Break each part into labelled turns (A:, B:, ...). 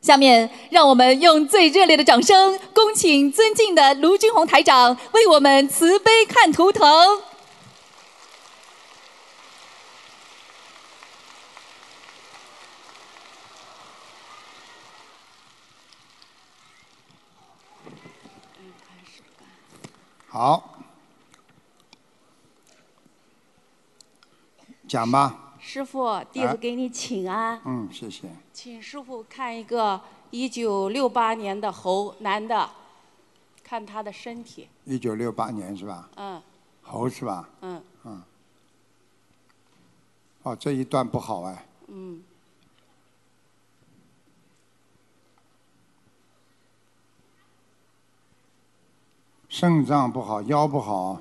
A: 下面，让我们用最热烈的掌声，恭请尊敬的卢军红台长为我们慈悲看图腾。
B: 好，讲吧。
C: 师傅，弟
B: 啊
C: 子给你请安。
B: 嗯，谢谢。
C: 请师傅看一个一九六八年的猴男的，看他的身体。
B: 一九六八年是吧？
C: 嗯
B: 猴是吧？
C: 嗯
B: 嗯。哦，这一段不好哎，
C: 嗯，
B: 肾脏不好，腰不好，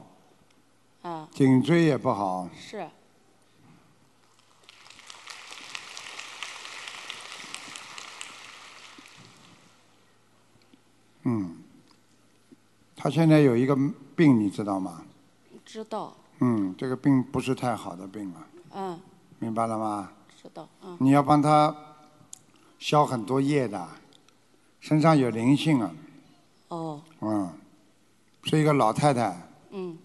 C: 啊
B: 颈椎也不好，
C: 是。
B: 嗯。他现在有一个病，你知道吗？
C: 知道，
B: 嗯，这个病不是太好的病啊，
C: 嗯，
B: 明白了吗？
C: 知道，嗯，
B: 你要帮他消很多业的，身上有灵性啊，
C: 哦，
B: 嗯，是一个老太太，
C: 嗯，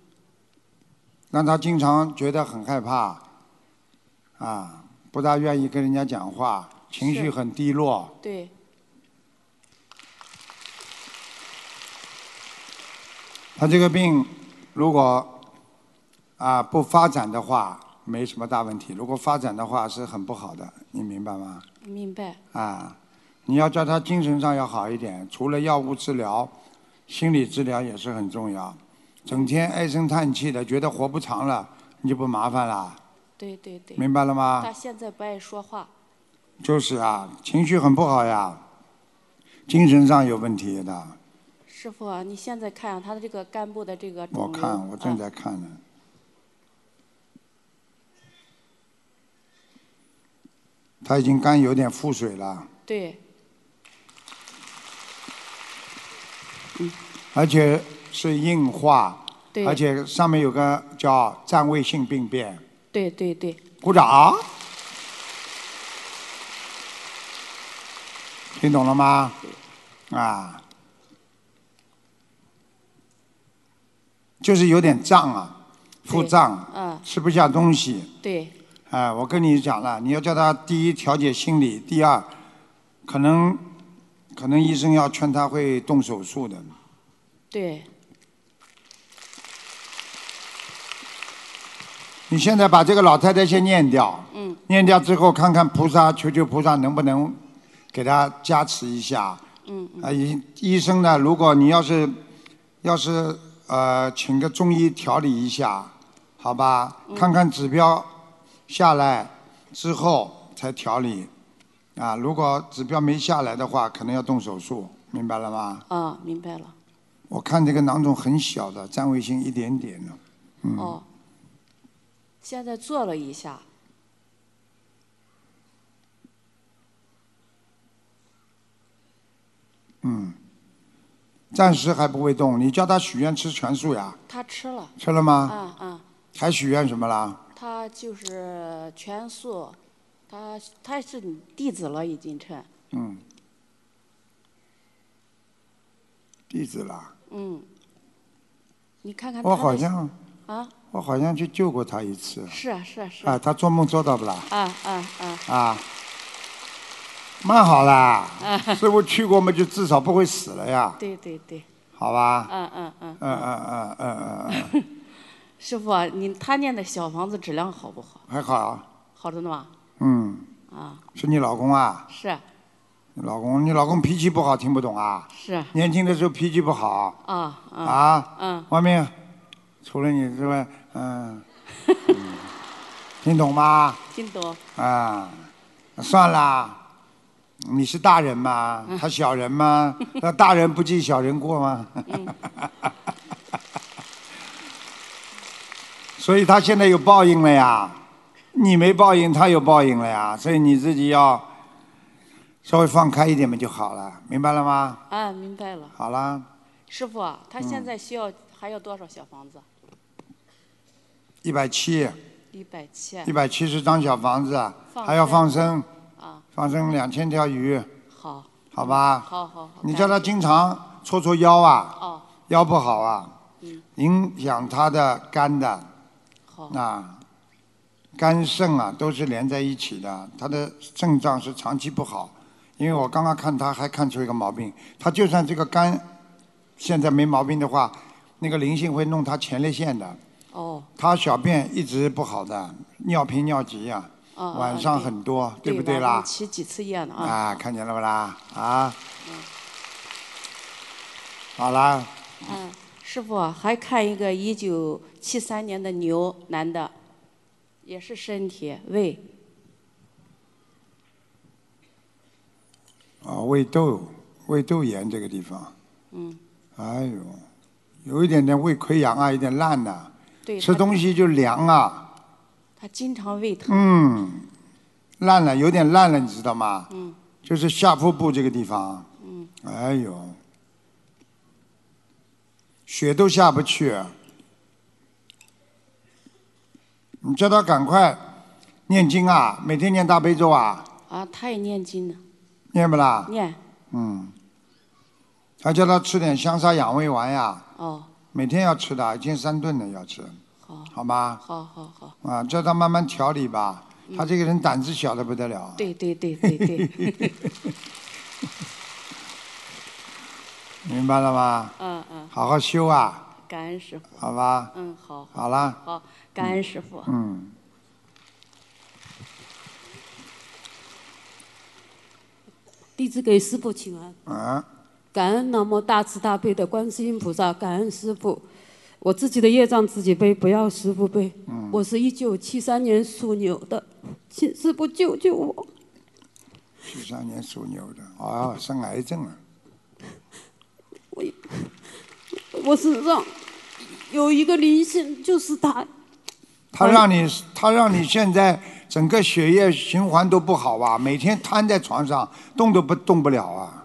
B: 让她经常觉得很害怕，啊，不大愿意跟人家讲话，情绪
C: 是
B: 很低落，
C: 对，
B: 她这个病如果啊不发展的话，没什么大问题；如果发展的话，是很不好的，你明白吗？
C: 明白，
B: 啊，你要叫他精神上要好一点，除了药物治疗，心理治疗也是很重要。整天唉声叹气的，觉得活不长了，你就不麻烦了，
C: 对对对。
B: 明白了吗
C: 他现在不爱说话，
B: 就是啊，情绪很不好呀，精神上有问题的。
C: 师傅啊，你现在看啊他的这个肝部的这个肿
B: 我
C: 瘤
B: 看，我正
C: 啊
B: 在看呢。他已经肝有点腹水了，
C: 对，
B: 而且是硬化，
C: 对
B: 而且上面有个叫占位性病变。
C: 对对对，
B: 鼓掌。听懂了吗？啊，就是有点胀啊，腹胀，
C: 嗯，
B: 吃不下东西。
C: 对，
B: 哎，我跟你讲了，你要叫他第一调节心理，第二，可能，可能医生要劝他会动手术的。
C: 对，
B: 你现在把这个老太太先念掉，
C: 嗯，
B: 念掉之后看看菩萨，求求菩萨能不能给她加持一下。
C: 嗯
B: 啊，医医生呢，如果你要是要是呃，请个中医调理一下，好吧，看看指标下来之后才调理。啊，如果指标没下来的话，可能要动手术，明白了吗？
C: 啊，明白了，
B: 我看这个囊肿很小的，占位性一点点的。
C: 哦，现在做了一下，
B: 嗯暂时还不会动，你叫他许愿吃全素呀？
C: 他吃了，
B: 吃了吗？
C: 啊啊，
B: 还许愿什么啦？
C: 他就是全素，他他是你弟子了，已经成，
B: 嗯，弟子啦，
C: 嗯，你看看他
B: 我
C: 的
B: 好像
C: 啊，
B: 我好像去救过他一次，
C: 是啊是啊是
B: 啊，
C: 啊
B: 他做梦做到不啦？
C: 啊啊啊，
B: 啊，蛮好 啦，师傅去过嘛，就至少不会死了呀，
C: 啊对对对，
B: 好吧？
C: 嗯嗯嗯，
B: 嗯嗯嗯嗯嗯嗯，
C: 师傅啊，你他念的小房子质量好不好？
B: 还好，
C: 好着呢吗？
B: 嗯，
C: 啊，
B: 是你老公啊？
C: 是啊
B: 你老公，你老公脾气不好，听不懂啊？
C: 是啊
B: 年轻的时候脾气不好
C: 啊啊
B: 啊？
C: 嗯，
B: 外面除了你之外，嗯， 嗯听懂吗？
C: 听懂
B: 啊，算啦，你是大人嘛，
C: 嗯
B: 他小人 嘛，那大人不计小人过吗？
C: 嗯
B: 所以他现在有报应了呀，你没报应，他有报应了呀，所以你自己要稍微放开一点嘛就好了，明白了吗？
C: 啊，明白了。
B: 好啦，
C: 师傅啊，他现在需要还要多少小房子？
B: 一百七，
C: 一百七
B: 一百七十张小房子，啊
C: 放
B: 还要
C: 生
B: 放生，
C: 啊，
B: 放生两千条鱼，
C: 好，
B: 好吧？
C: 好好好。
B: 你叫他经常搓搓腰啊，
C: 哦，
B: 腰不好啊，
C: 嗯，
B: 影响他的肝的
C: 好，
B: 啊，肝肾啊都是连在一起的，他的肾脏是长期不好。因为我刚刚看他还看出一个毛病，他就算这个肝现在没毛病的话，那个灵性会弄他前列腺的，
C: 哦，
B: 他小便一直不好的，尿频尿急呀、
C: 哦，
B: 晚上很多，对不对
C: 晚
B: 啦
C: 上？起几次夜呢啊？
B: 啊，看见了不啦？啊，好啦，
C: 嗯，师傅还看一个一九七三年的牛男的，也是身体胃
B: 啊，胃窦胃窦炎这个地方，
C: 嗯，
B: 哎呦，有一点点胃溃疡啊，有点烂呐、
C: 对
B: 吃
C: 他
B: 东西就凉啊，
C: 他经常胃疼，
B: 嗯，烂了，有点烂了，你知道吗？
C: 嗯，
B: 就是下腹部这个地方，
C: 嗯，
B: 哎呦，血都下不去。你叫他赶快念经啊，每天念大悲咒啊，
C: 啊，他也念经呢，
B: 念不啦？
C: 念
B: 嗯，还叫他吃点香砂养胃丸呀，
C: 哦，
B: 每天要吃的，一天三顿的要吃，
C: 好，
B: 好吗？
C: 好好好，
B: 啊，叫他慢慢调理吧。他这个人胆子小的不得了，啊
C: 对对对嗯对对，
B: 明白了吗？
C: 嗯嗯，
B: 好好修啊，
C: 感恩师傅，
B: 好吧？
C: 嗯，好好
B: 好啦，
C: 好，感恩师傅，
B: 嗯，
D: 弟子给师傅请安，
B: 啊，
D: 感恩南无大慈大悲的观世音菩萨，感恩师傅。我自己的业障自己背，不要师傅背。
B: 嗯
D: 我是一九七三年属牛的，请师傅救救我！
B: 七三年属牛的，哦，生癌症了，
D: 我我身上有一个灵性，就是他，
B: 他让你，他让你现在整个血液循环都不好啊，每天瘫在床上，动都不动不了啊。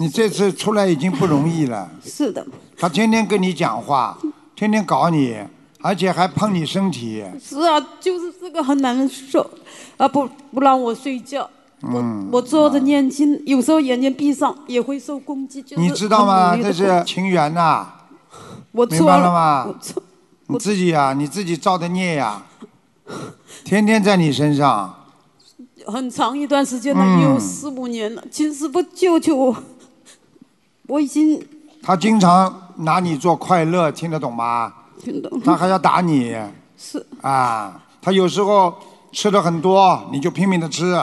B: 你这次出来已经不容易了，
D: 是的，
B: 他天天跟你讲话，天天搞你，而且还碰你身体，
D: 是啊，就是这个很难受，啊不不让我睡觉。
B: 嗯
D: 我我坐着念经，有时候眼睛闭上也会受攻击，就是
B: 你知道吗？
D: 很努力
B: 这
D: 地
B: 是情缘呐、
D: 我
B: 明
D: 错
B: 白了吗
D: 我错，
B: 你自己呀、啊你自己造的孽呀、天天在你身上。
D: 很长一段时间了，
B: 嗯
D: 也有四五年了。请师傅救救我！我已经
B: 他经常拿你做快乐，听得懂吗？
D: 听懂
B: 他还要打你
D: 是
B: 啊！他有时候吃的很多，你就拼命的吃；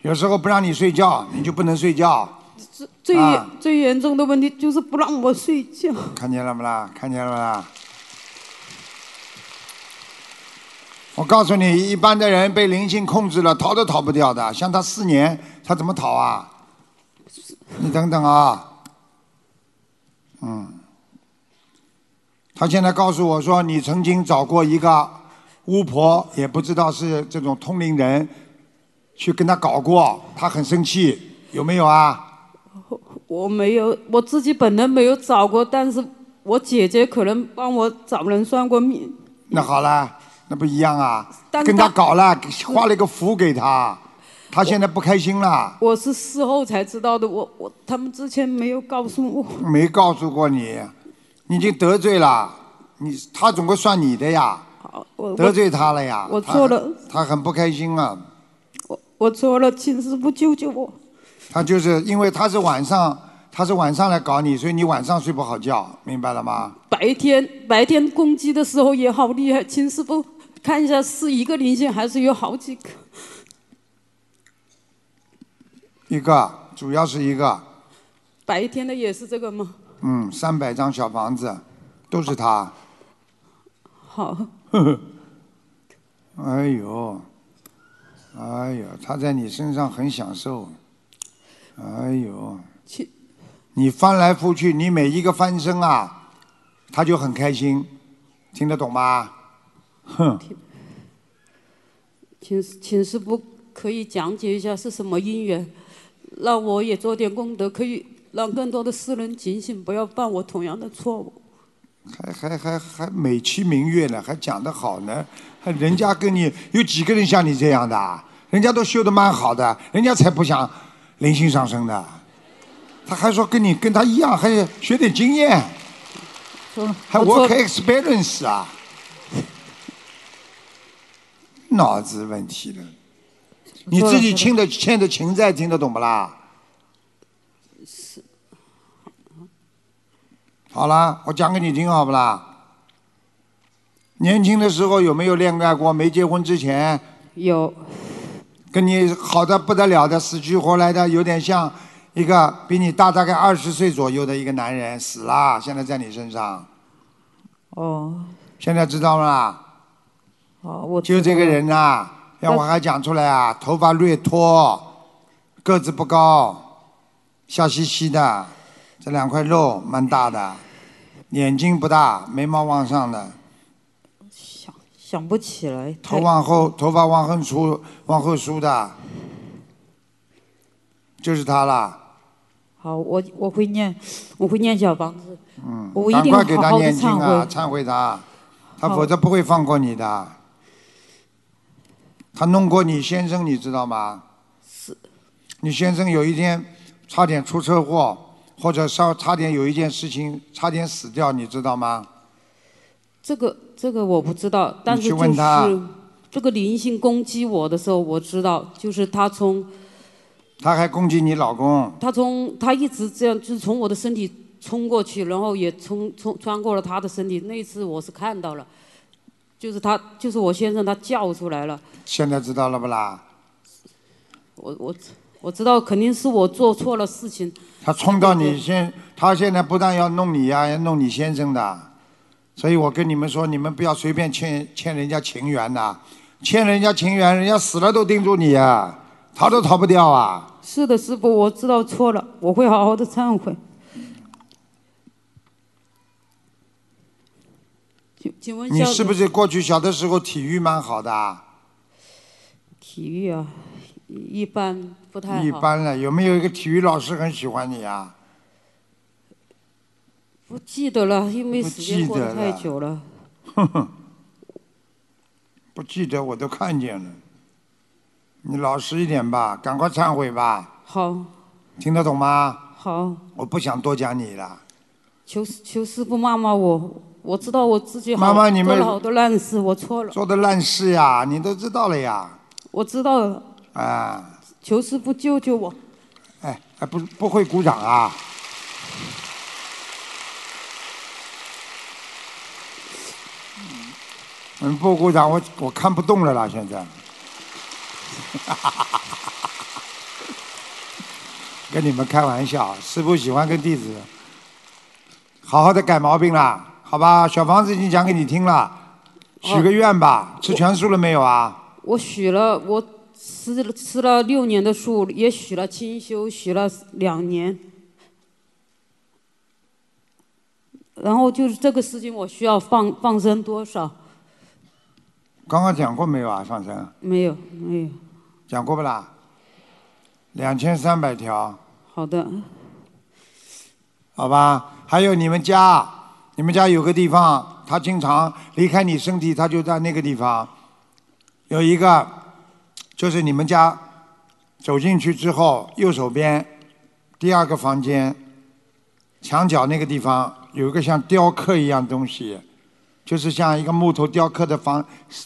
B: 有时候不让你睡觉，你就不能睡觉。
D: 最最严、
B: 啊
D: 最严重的问题就是不让我睡觉。
B: 看见了没啦？看见了没啦？我告诉你，一般的人被灵性控制了，逃都逃不掉的。像他四年，他怎么逃啊？你等等啊，嗯，他现在告诉我说，你曾经找过一个巫婆，也不知道是这种通灵人，去跟他搞过，他很生气，有没有啊？
D: 我没有，我自己本人没有找过，但是我姐姐可能帮我找人算过命。
B: 那好了，那不一样啊
D: 但，
B: 跟他
D: 但
B: 搞了，给画了一个符给他，他现在不开心了，
D: 我是事后才知道的，我我他们之前没有告诉我。
B: 没告诉过你，你已经得罪了，你他总归算你的呀，
D: 好，我
B: 得
D: 我
B: 罪他了呀，
D: 我
B: 他
D: 错了，
B: 他很不开心啊，
D: 我我错了，请师傅救救我！
B: 他就是因为他是晚上，他是晚上来搞你，所以你晚上睡不好觉，明白了吗？
D: 白天白天攻击的时候也好厉害，请师傅看一下是一个零线还是有好几个？
B: 一个主要是一个，
D: 白天的也是这个吗？
B: 嗯，三百张小房子，都是他，
D: 好，
B: 哎呦，哎呦，他在你身上很享受，哎呦。
D: 请
B: 你翻来覆去，你每一个翻身啊，他就很开心，听得懂吗？哼，
D: 请请师傅可以讲解一下是什么因缘，让我也做点功德，可以让更多的世人警醒，不要犯我同样的错误。
B: 还还还还美其名曰呢，还讲得好呢，还人家跟你有几个人像你这样的啊？人家都修得蛮好的，人家才不想灵性上升的。他还说跟你跟他一样，还学点经验，
D: 从
B: 还
D: 我
B: work
D: 做
B: experience 啊， 脑子问题了。你自己欠的欠的情债听得懂不啦？好啦，我讲给你听好不啦？年轻的时候有没有恋爱过？没结婚之前，
D: 有
B: 跟你好的不得了的，死去活来的，有点像一个比你大大概二十岁左右的一个男人死啦，现在在你身上，
D: 哦，
B: 现在知道啦？
D: 好，我
B: 就这个人呐、啊要我还讲出来啊，头发略脱，个子不高，笑嘻嘻的，这两块肉蛮大的，眼睛不大，眉毛往上的，
E: 想不起来，
B: 头啊
E: 太
B: 往后，头发往后梳，往后梳的，就是他啦。
E: 好，我我会念，我会念小房子，
B: 嗯，
E: 我一
B: 赶
E: 定
B: 快给
E: 好
B: 他
E: 好地
B: 念经
E: 忏
B: 啊，
E: 悔
B: 忏悔他，他
E: 好
B: 否则不会放过你的。他弄过你先生，你知道吗？是。你先生有一天差点出车祸，或者稍差点有一件事情，差点死掉，你知道吗？
D: 这个这个我不知道，但是
B: 去
D: 就
B: 问
D: 是
B: 他
D: 这个灵性攻击我的时候，我知道，就是他从
B: 他还攻击你老公，
D: 他从他一直这样，就是从我的身体冲过去，然后也冲冲穿过了他的身体。那一次我是看到了，就是他，就是我先生，他叫出来了。
B: 现在知道了不啦？
D: 我我我知道肯定是我做错了事情，
B: 他冲到你先，他现在不但要弄你呀、要弄你先生的，所以我跟你们说，你们不要随便欠欠人家情缘呐、欠人家情缘，人家死了都盯住你呀、逃都逃不掉啊！
D: 是的，师傅，我知道错了，我会好好的忏悔。请请问一
B: 你
D: 下，
B: 是不是过去小的时候体育蛮好的啊，
D: 体育啊？一一般不太好。
B: 一般了，有没有一个体育老师很喜欢你啊？
D: 不记得了，因为
B: 不
D: 时间
B: 记
D: 过得
B: 得
D: 太
B: 了
D: 久了。
B: 不记得我都看见了，你老实一点吧，赶快忏悔吧，
D: 好，
B: 听得懂吗？
D: 好，
B: 我不想多讲你了。
D: 求求师傅骂骂我，我知道我自己好
B: 骂骂你们
D: 做了好多烂事，我错了，
B: 做的烂事呀，你都知道了呀，
D: 我知道了，
B: 啊。
D: 求师傅救救我。
B: 哎，还不不会鼓掌啊？嗯，不鼓掌，我我看不动了啦，现在。 跟你们开玩笑，师傅喜欢跟弟子好好的改毛病啦，好吧？小房子已经讲给你听了，许个愿吧。吃全素了没有啊？
D: 我许了，我吃了吃了六年的素，也许了清修，许了两年。然后就是这个事情，我需要放放生多少？
B: 刚刚讲过没有啊，上生？
D: 没有，没有。
B: 讲过不啦？两千三百条，
D: 好的，
B: 好吧？还有你们家，你们家有个地方，他经常离开你身体，他就在那个地方。有一个，就是你们家走进去之后，右手边第二个房间，墙角那个地方有一个像雕刻一样东西，就是像一个木头雕刻的房，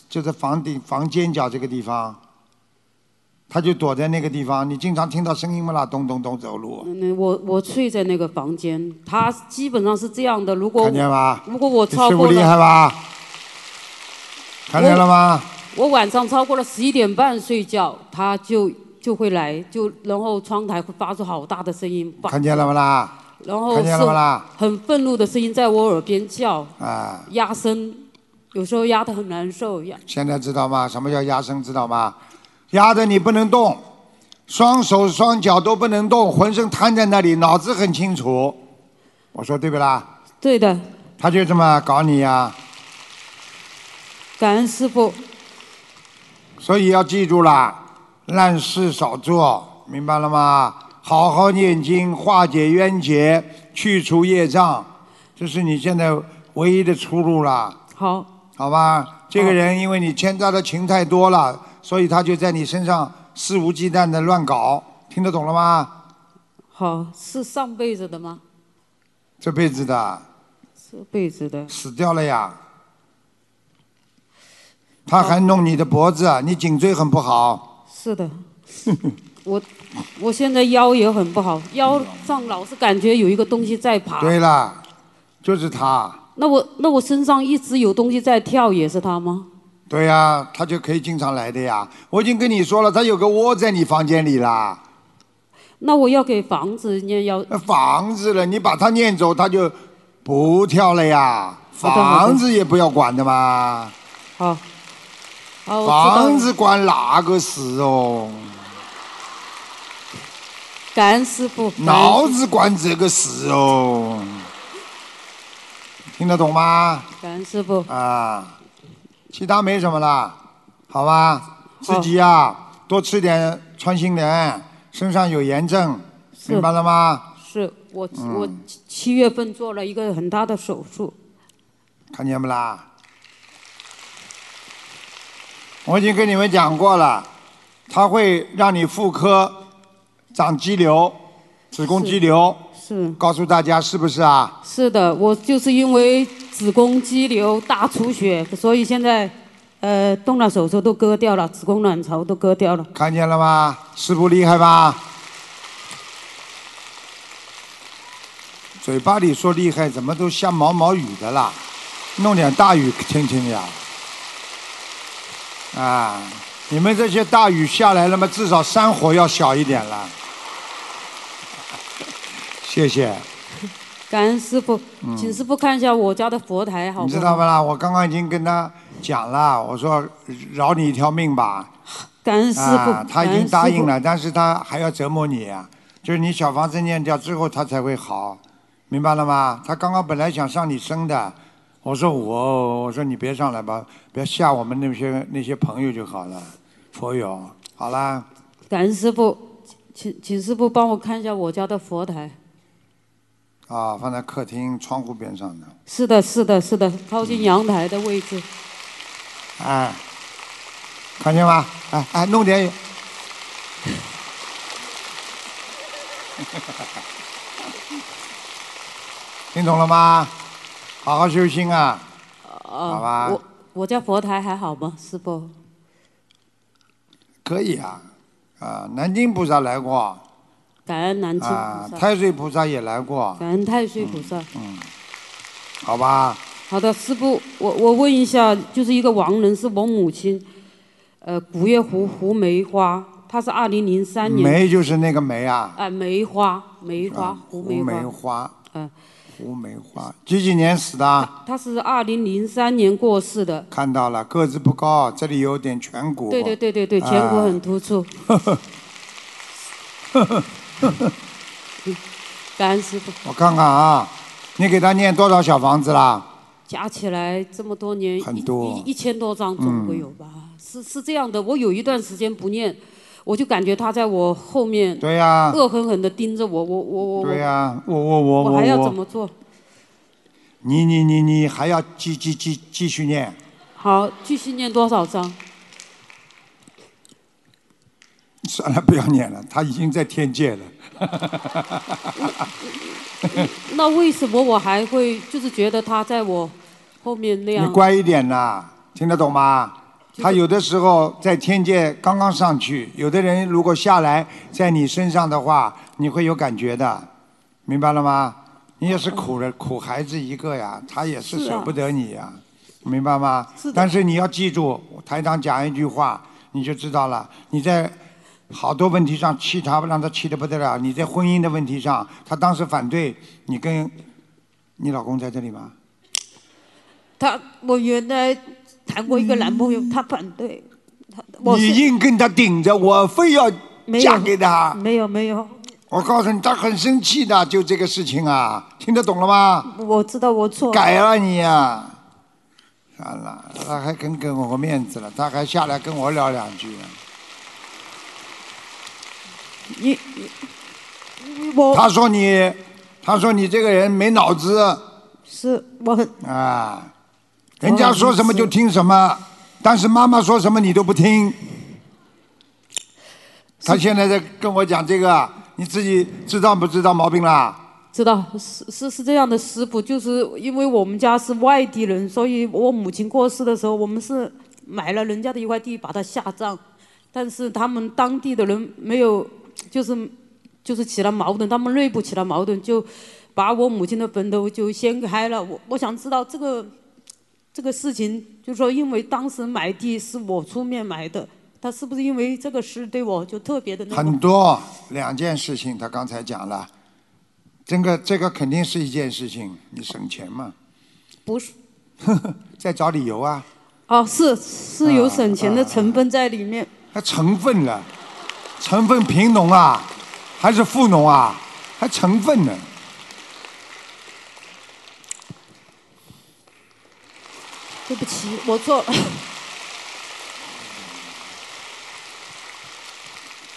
B: 就是房顶房间角这个地方。他就躲在那个地方，你经常听到声音不啦？咚咚咚走路，
D: 那我我睡在那个房间，他基本上是这样的。如果
B: 看见吗？
D: 如果我
B: 这
D: 超
B: 师傅
D: 过
B: 厉害
D: 了，
B: 吧？看见了吗？
D: 我晚上超过了十一点半睡觉，他就就会来，就然后窗台会发出好大的声音，叭
B: 看见了不啦？
D: 然后
B: 看
D: 是
B: 见了不啦？
D: 很愤怒的声音在我耳边叫，
B: 啊，
D: 压声，有时候压得很难受，压
B: 现在知道吗？什么叫压身？知道吗？压得你不能动，双手双脚都不能动，浑身瘫在那里，脑子很清楚。我说对不啦？
D: 对的，
B: 他就这么搞你呀、
D: 感恩师傅，
B: 所以要记住啦，烂事少做，明白了吗？好好念经，化解冤结，去除业障，这是你现在唯一的出路啦。
D: 好，
B: 好吧，这个人因为你欠他的情太多了，所以他就在你身上肆无忌惮的乱搞，听得懂了吗？
D: 好，是上辈子的吗？
B: 这辈子的
D: 这辈子的，
B: 死掉了呀。他还弄你的脖子，啊你颈椎很不好。
D: 是的。 我我现在腰也很不好，腰上老是感觉有一个东西在爬。
B: 对了，就是他。
D: 那我那我身上一直有东西在跳，也是他吗？
B: 对呀、他就可以经常来的呀。我已经跟你说了，他有个窝在你房间里啦。
D: 那我要给房子念要
B: 那房子了，你把他撵走，他就不跳了呀。
D: 好的好的
B: 房子也不要管的嘛，
D: 好。啊好，我知道了
B: 房子管哪个事哦？
D: 感恩师傅，感恩
B: 脑子管这个事哦。听得懂吗？
D: 感恩师傅，
B: 啊，其他没什么啦，好吧？自己呀、多吃点穿心莲，身上有炎症，
D: 是
B: 明白了吗？
D: 是我、我七七月份做了一个很大的手术，
B: 看见不啦？我已经跟你们讲过了，它会让你妇科长肌瘤、子宫肌瘤，
D: 是
B: 告诉大家是不是啊？
D: 是的，我就是因为子宫肌瘤大出血，所以现在呃动了手术都割掉了，子宫卵巢都割掉了，
B: 看见了吗？是不厉害吧？嘴巴里说厉害，怎么都下毛毛雨的啦？弄点大雨听听呀！啊，你们这些大雨下来了嘛，至少山火要小一点了。 谢谢，
D: 感恩师傅，请师傅看一下我家的佛台好
B: 嗯你
D: 不好？
B: 知道不啦？我刚刚已经跟他讲了，我说饶你一条命吧。
D: 感恩师傅、
B: 啊，他已经答应了，但是他还要折磨你啊，就是你小房子念掉之后，他才会好，明白了吗？他刚刚本来想上你身的，我说我，我说你别上来吧，别吓我们那些那些朋友就好了，佛友，好啦，
D: 感恩师傅，请请师傅帮我看一下我家的佛台。
B: 啊，放在客厅窗户边上的，
D: 是的，是的，是的，靠近阳台的位置。
B: 哎，看见吗？哎哎，弄点，听懂了吗？好好修心啊！好吧
D: 哦呃我我家佛台还好吗，师傅？
B: 可以啊，啊，南京菩萨来过，
D: 感恩南京
B: 啊
D: 菩，萨，
B: 太嗯岁菩萨也来过，
D: 感恩太岁菩萨。
B: 好吧？
D: 好的，师傅，我我问一下，就是一个亡人是我母亲，呃，古月胡胡梅花，她是二零零三年，
B: 梅就是那个梅啊，
D: 啊、梅花，梅花，胡梅
B: 胡梅
D: 花，
B: 花，
D: 嗯、
B: 胡梅花，几几年死的啊？
D: 她是二零零三年过世的。
B: 看到了，个子不高，这里有点颧骨。
D: 对对对对对，颧骨
B: 啊
D: 很 突出。感恩师傅，
B: 我看看啊，你给他念多少小房子啦？
D: 加起来这么多年，
B: 很
D: 一
B: 多
D: 一一千多张总会有
B: 嗯
D: 吧？是是这样的，我有一段时间不念，我就感觉他在我后面
B: 对呀、
D: 恶狠狠地盯着我，我我我
B: 对
D: 我，
B: 呀、我我我
D: 我还要怎
B: 我我，
D: 么做？
B: 你你你你还要继继继继续念，
D: 好，继续念多少张？
B: 算了，不要念了，他已经在天界了。
D: 那为什么我还会就是觉得他在我后面那
B: 你
D: 样？
B: 乖一点呐，听得懂吗？他有的时候在天界刚刚上去，有的人如果下来在你身上的话，你会有感觉的，明白了吗？你也是苦人苦孩子一个呀，他也是
D: 是啊
B: 舍不得你呀，明白吗？
D: 是的
B: 但是你要记住，台长讲一句话，你就知道了。你在好多问题上气他，让他气得不得了。你在婚姻的问题上，他当时反对你跟你老公在这里吗？
E: 他我原来谈过一个男朋友，他反对，他我
B: 你
E: 是
B: 硬跟他顶着，我非要
E: 没有
B: 嫁给他。
E: 没有没有，
B: 我告诉你，他很生气的，就这个事情啊，听得懂了吗？
E: 我知道我错了，
B: 改了你呀、啊！算了，他还肯给我个面子了，他还下来跟我聊两句呢。
E: 你你我
B: 他说你，他说你这个人没脑子
E: 是我很
B: 啊，人家说什么就听什么，但是妈妈说什么你都不听。他现在在跟我讲这个，你自己知道不知道毛病啦？
D: 知道是是是这样的，师傅，就是因为我们家是外地人，所以我母亲过世的时候，我们是买了人家的一块地把它下葬，但是他们当地的人没有，就是就是起了矛盾，他们内部起了矛盾，就把我母亲的坟头就掀开了。我我想知道这个这个事情，就是说因为当时买地是我出面买的，他是不是因为这个事对我就特别的那个
B: 很？多两件事情，他刚才讲了，这个这个肯定是一件事情，你省钱嘛，
D: 不是
B: 再找理由啊，
D: 啊，是是有省钱的成分在里面。
B: 还成分了，成分贫农啊，还是富农啊，还成分呢。
E: 对不起，我 错了。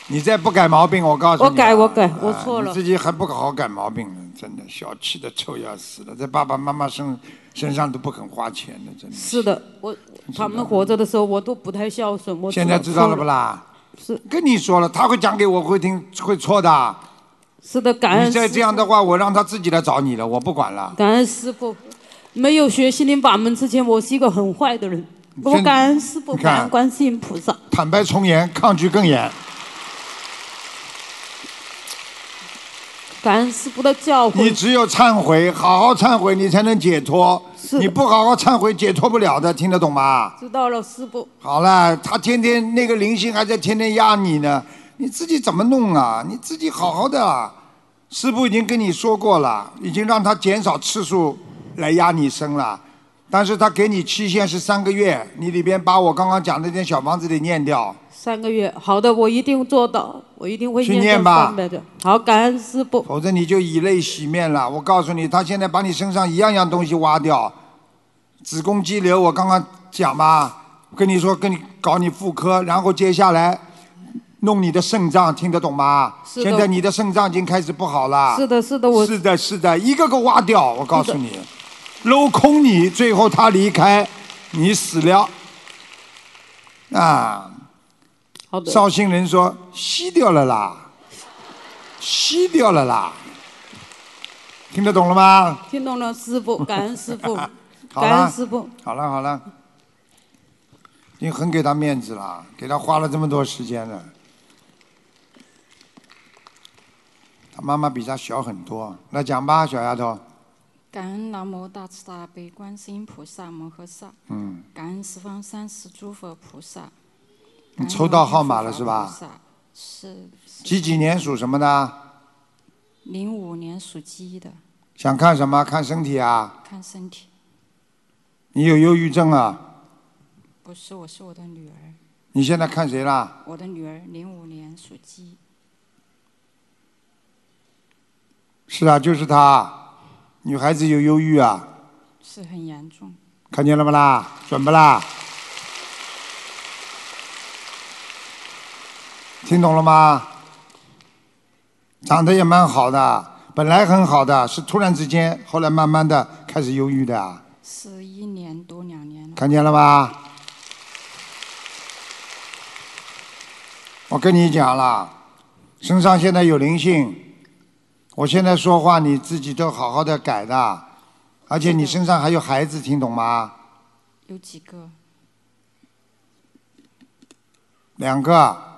B: 你再不改毛病，我告诉你啊、
D: 我改我改
B: 啊
D: 我错了
B: 你自己还不好好改毛病呢，真的小气的臭要死了，在爸爸妈妈身身上都不肯花钱呢，真的。
D: 是的，我他们活着的时候我都不太孝顺，我
B: 现在知道了不
D: 啦？
B: 啦？
D: 是
B: 跟你说了，他会讲给我会听会错的。
D: 是的，感恩
B: 你再这样的话，我让他自己来找你了，我不管了。
D: 感恩师傅。没有学心灵法门之前，我是一个很坏的人。我
B: 真
D: 感恩师傅，
B: 你看
D: 感恩观世音菩萨。
B: 坦白从严，抗拒更严。
D: 感恩师傅的教
B: 你
D: 诲，
B: 只有忏悔，好好忏悔，你才能解脱。你不好好忏悔，解脱不了的，听得懂吗？
D: 知道了，师傅。
B: 好了，他天天那个灵性还在天天压你呢，你自己怎么弄啊？你自己好好的、啊，师傅已经跟你说过了，已经让他减少次数来压你身了，但是他给你期限是三个月，你里边把我刚刚讲的那间小房子得念掉，
D: 三个月，好的，我一定做到，我一定会
B: 去
D: 念
B: 念
D: 到
B: 吧
D: 三百的。好，感恩师傅，
B: 否则你就以泪洗面了。我告诉你，他现在把你身上一样样东西挖掉，子宫肌瘤，我刚刚讲吧，跟你说跟你搞你妇科，然后接下来弄你的肾脏，听得懂吗？
D: 是的
B: 现在你的肾脏已经开始不好了。
D: 是的，是的，我
B: 是的，是的，一个个挖掉，我告诉你，镂空你，最后他离开，你死了。啊，
D: 好的，
B: 绍兴人说吸掉了啦，吸掉了啦，听得懂了吗？
D: 听懂了，师傅，感恩师傅，
B: 好
D: 感
B: 了
D: 恩，师傅，
B: 好了好了，你很给他面子了，给他花了这么多时间了。他妈妈比他小很多，来讲吧，小丫头，
F: 感恩南无大慈大悲观世音菩萨摩诃萨，
B: 嗯，
F: 感恩十方三世诸佛菩萨。
B: 你
F: 感恩
B: 抽到号码
F: 观世
B: 了是
F: 音
B: 吧？
F: 菩萨？是
B: 几几年属什么的？
F: 零五年属鸡的，
B: 想看什么？看身体啊！
F: 看身体。
B: 你有忧郁症啊！
F: 不是，我是我的女儿，
B: 你现在看谁啦？
F: 我的女儿零五年属鸡，
B: 是啊，就是她，女孩子有忧郁啊。
F: 是很严重。
B: 看见了不啦？准不啦？听懂了吗？长得也蛮好的，本来很好的，是突然之间，后来慢慢的开始忧郁的，啊
F: 是一年多两年了，
B: 看见了吧？我跟你讲了，身上现在有灵性，我现在说话你自己都好好的改的，而且你身上还有孩子，听懂吗？
F: 有几个？
B: 两个。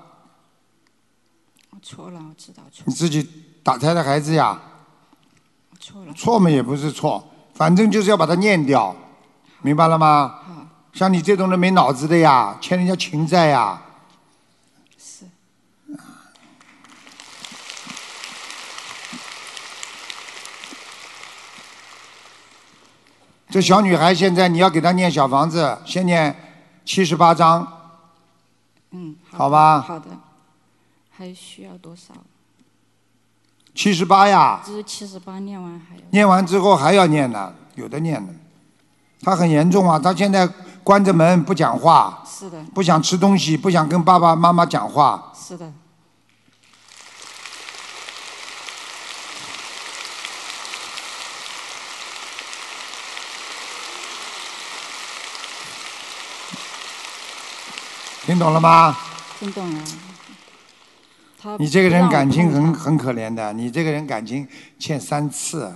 F: 我错了，我知道错
B: 你，自己打胎的孩子呀，
F: 我错了。
B: 错嘛也不是错，反正就是要把它念掉，明白了吗？
F: 好，
B: 像你这种人没脑子的呀，欠人家情债呀，
F: 是
B: 这小女孩现在你要给她念小房子，先念七十八章，
F: 嗯，
B: 好
F: 的
B: 吧
F: 好的，还需要多少？
B: 七十八呀，
F: 这是七十八念完还要
B: 念完之后还要念呢，有的念呢。她很严重啊，她现在关着门不讲话，
F: 是的，
B: 不想吃东西，不想跟爸爸妈妈讲话，
F: 是的，
B: 听懂了吗？
F: 听懂了。他
B: 你这个人感情
F: 不让我
B: 很
F: 碰他
B: 很可怜的，你这个人感情欠三次，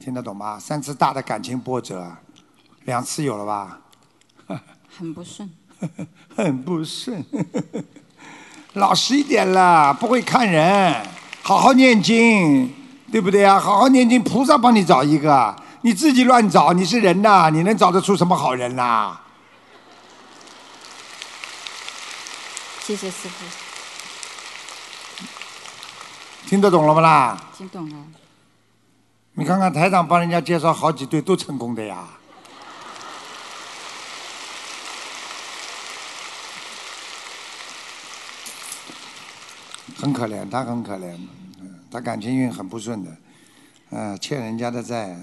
B: 听得懂吗？三次大的感情波折，两次有了吧？
F: 很不顺，
B: 很不顺，老实一点啦，不会看人，好好念经，对不对啊？好好念经，菩萨帮你找一个，你自己乱找，你是人呐，你能找得出什么好人呐、
F: 谢谢师傅，
B: 听得懂了不啦？
F: 听懂了，
B: 你看看台长帮人家介绍好几对都成功的呀。很可怜，他很可怜，嗯他感情运很不顺的，呃，欠人家的债，呃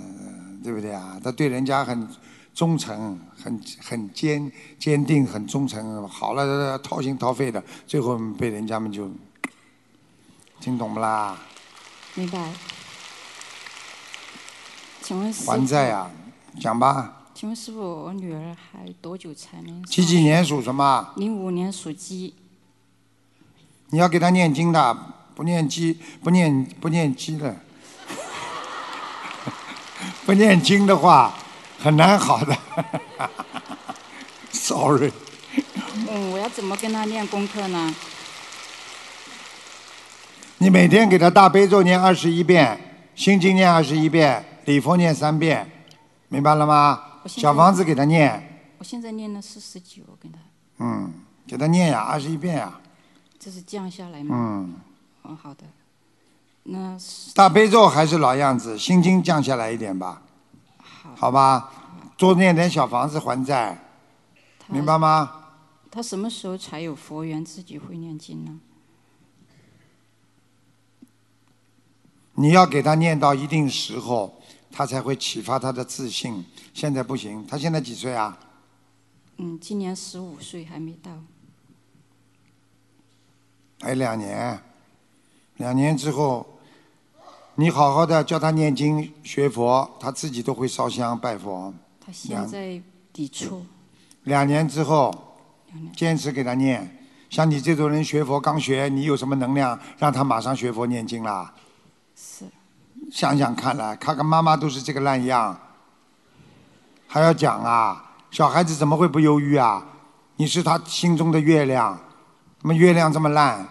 B: 对不对啊？他对人家很忠诚，很很坚坚定，很忠诚，好了掏心掏肺的，最后被人家们就听懂不啦？
F: 明白。请问师
B: 还债啊，讲吧。
F: 傅请问师傅，我女儿还多久才能？
B: 几几？年属什么？
F: 零五年属鸡，
B: 你要给他念经的，不念鸡不念不念鸡的， 不念经的话很难好的。Sorry，
F: 嗯，我要怎么跟她练功课呢？
B: 你每天给他大悲咒念二十一遍，心经念二十一遍，礼佛念三遍，明白了吗？
F: 我现在
B: 小房子给他念，
F: 我现在练了四十九，我跟她，
B: 嗯，给他念呀，二十一遍呀，
F: 这是降下来吗？
B: 嗯，
F: 嗯，好的。那是
B: 大悲咒还是老样子，心经降下来一点吧，
F: 好，
B: 好吧，多念点小房子还债，
F: 她
B: 明白吗？
F: 他什么时候才有佛缘自己会念经呢？
B: 你要给他念到一定时候，他才会启发他的自信。现在不行，他现在几岁啊？
F: 嗯，今年十五岁还没到，
B: 还哎两年，两年之后，你好好的教他念经学佛，他自己都会烧香拜佛。
F: 他现在抵触，
B: 两年之后
F: 两，年
B: 坚持给他念。像你这种人学佛刚学，你有什么能量让他马上学佛念经啦？
F: 是
B: 想想看啦，看看妈妈都是这个烂样，还要讲啊？小孩子怎么会不忧郁啊？你是他心中的月亮，怎么月亮这么烂？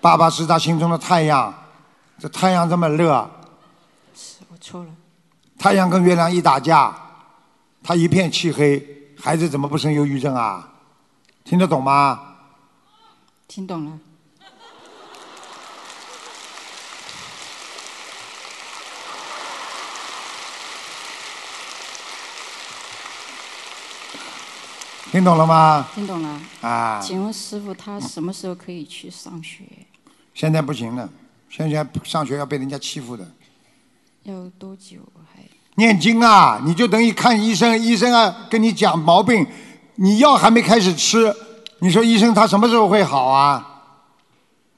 B: 爸爸是他心中的太阳，这太阳这么热，
F: 是，我错了，
B: 太阳跟月亮一打架，他一片漆黑，孩子怎么不生忧郁症啊？听得懂吗？
F: 听懂了，
B: 听懂了吗？
F: 听懂了。
B: 啊，
F: 请问师傅，他什么时候可以去上学？
B: 现在不行了，现在上学要被人家欺负的。
F: 要多久还？
B: 念经啊，你就等于看医生，医生啊跟你讲毛病，你药还没开始吃，你说医生他什么时候会好啊？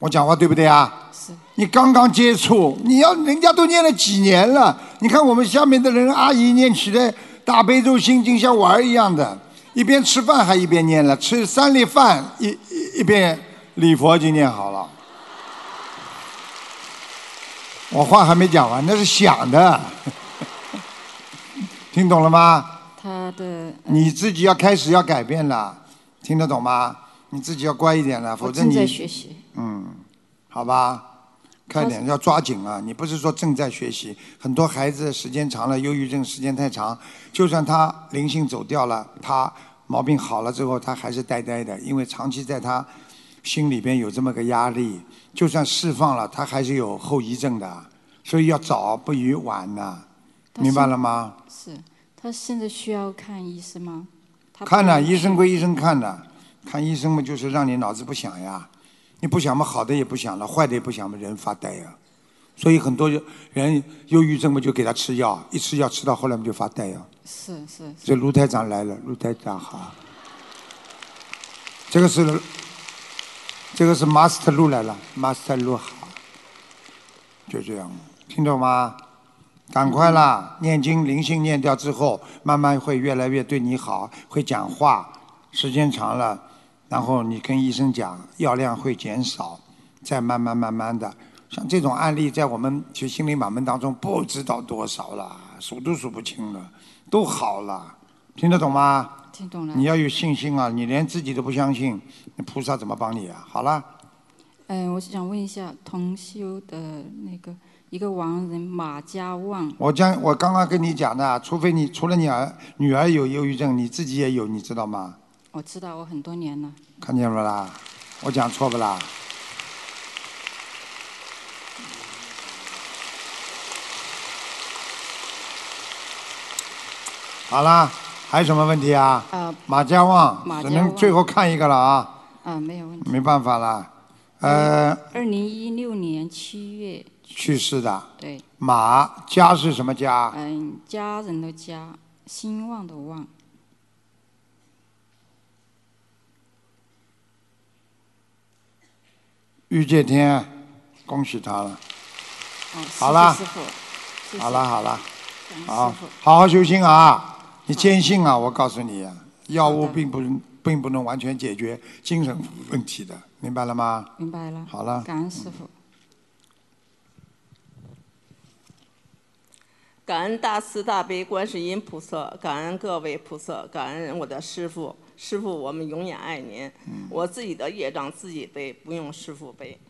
B: 我讲话对不对啊？
F: 是
B: 你刚刚接触，你要人家都念了几年了，你看我们下面的人阿姨念起来大悲咒心经像玩儿一样的，一边吃饭还一边念了，吃三粒饭一一一边礼佛就念好了。我话还没讲完，那是想的，听懂了吗？
F: 他的
B: 你自己要开始要改变了，听得懂吗？你自己要乖一点了，否
F: 我
B: 则
F: 正在
B: 你嗯
F: 学习，
B: 好吧，快点要抓紧啊！你不是说正在学习，很多孩子时间长了，忧郁症时间太长，就算他灵性走掉了，他毛病好了之后，他还是呆呆的，因为长期在他心里边有这么个压力，就算释放了，他还是有后遗症的，所以要早不于晚呐、
F: 但是
B: 明白了吗？
F: 是他现在需要看医生吗？他不啊
B: 看了，
F: 能
B: 医生归医生看的，看医生嘛就是让你脑子不想呀，你不想嘛好的也不想了，坏的也不想嘛，人发呆呀。所以很多人忧郁症嘛就给他吃药，一吃药吃到后来嘛就发呆呀。啊
F: 是是是
B: 这卢台长来了，卢台长好。这个是，这个是 Master 卢来了，Master 卢好。就这样，听懂吗？赶快啦，念经灵性念掉之后，慢慢会越来越对你好，会讲话，时间长了，然后你跟医生讲，药量会减少，再慢慢慢慢的，像这种案例在我们学心灵法门当中不知道多少了，数都数不清了，都好了，听得懂吗？
F: 听懂了
B: 你。要有信心啊！你连自己都不相信，那菩萨怎么帮你啊？好了，
F: 嗯、我想问一下同修的那个一个亡人马家旺，
B: 我将我刚刚跟你讲的，啊除非你除了你儿女儿有忧郁症，你自己也有，你知道吗？
F: 我知道我很多年了，
B: 看见不啦？我讲错不啦？好啦，还有什么问题啊？
F: 啊
B: 马家旺，
F: 马
B: 只
F: 家
B: 能
F: 旺
B: 最后看一个了啊，
F: 啊，没有问题。
B: 没办法啦。呃，
F: 二零一六年七月，
B: 去世的
F: 对，
B: 马家是什么家？
F: 嗯，家人的家，兴旺的旺，
B: 玉界天，恭喜他了。
F: 哦，谢
B: 好啦
F: 谢师傅，谢谢
B: 好了，好了，
F: 感恩
B: 好
F: 师傅，，
B: 好好修心啊！你坚信啊，我告诉你啊，药物并不并不能完全解决精神问题的，明白了吗？
F: 明白了，
B: 好了，
F: 感恩师傅，
G: 感恩大慈大悲观世音菩萨，感恩各位菩萨，感恩我的师傅。师傅，我们永远爱您。
B: 嗯
G: 我自己的业障自己背，不用师傅背。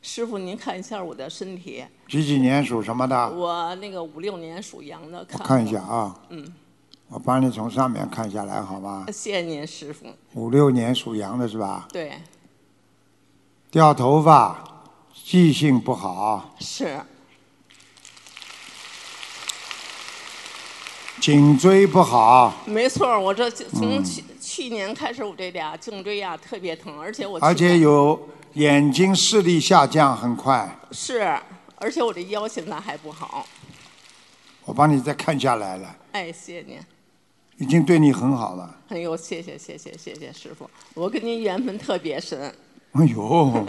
G: 师傅，您看一下我的身体，
B: 几几年属什么的？
G: 我那个五六年属羊的，
B: 啊我
G: 看
B: 看一
G: 过
B: 下。啊，
G: 嗯，
B: 我帮你从上面看下来，好吗？
G: 谢谢您，师傅。
B: 五六年属羊的是吧？
G: 对，
B: 掉头发，记性不好，
G: 是
B: 颈椎不好，
G: 没错儿。我这
B: 嗯
G: 从去、去年开始，我这俩颈椎呀、特别疼，而且我
B: 而
G: 去年
B: 且有眼睛视力下降很快。
G: 是，而且我这腰现在还不好。
B: 我帮你再看下来了，
G: 哎，谢谢您。
B: 已经对你很好了。
G: 哎呦，谢谢谢谢谢谢师傅，我跟您缘分特别深，
B: 哎呦，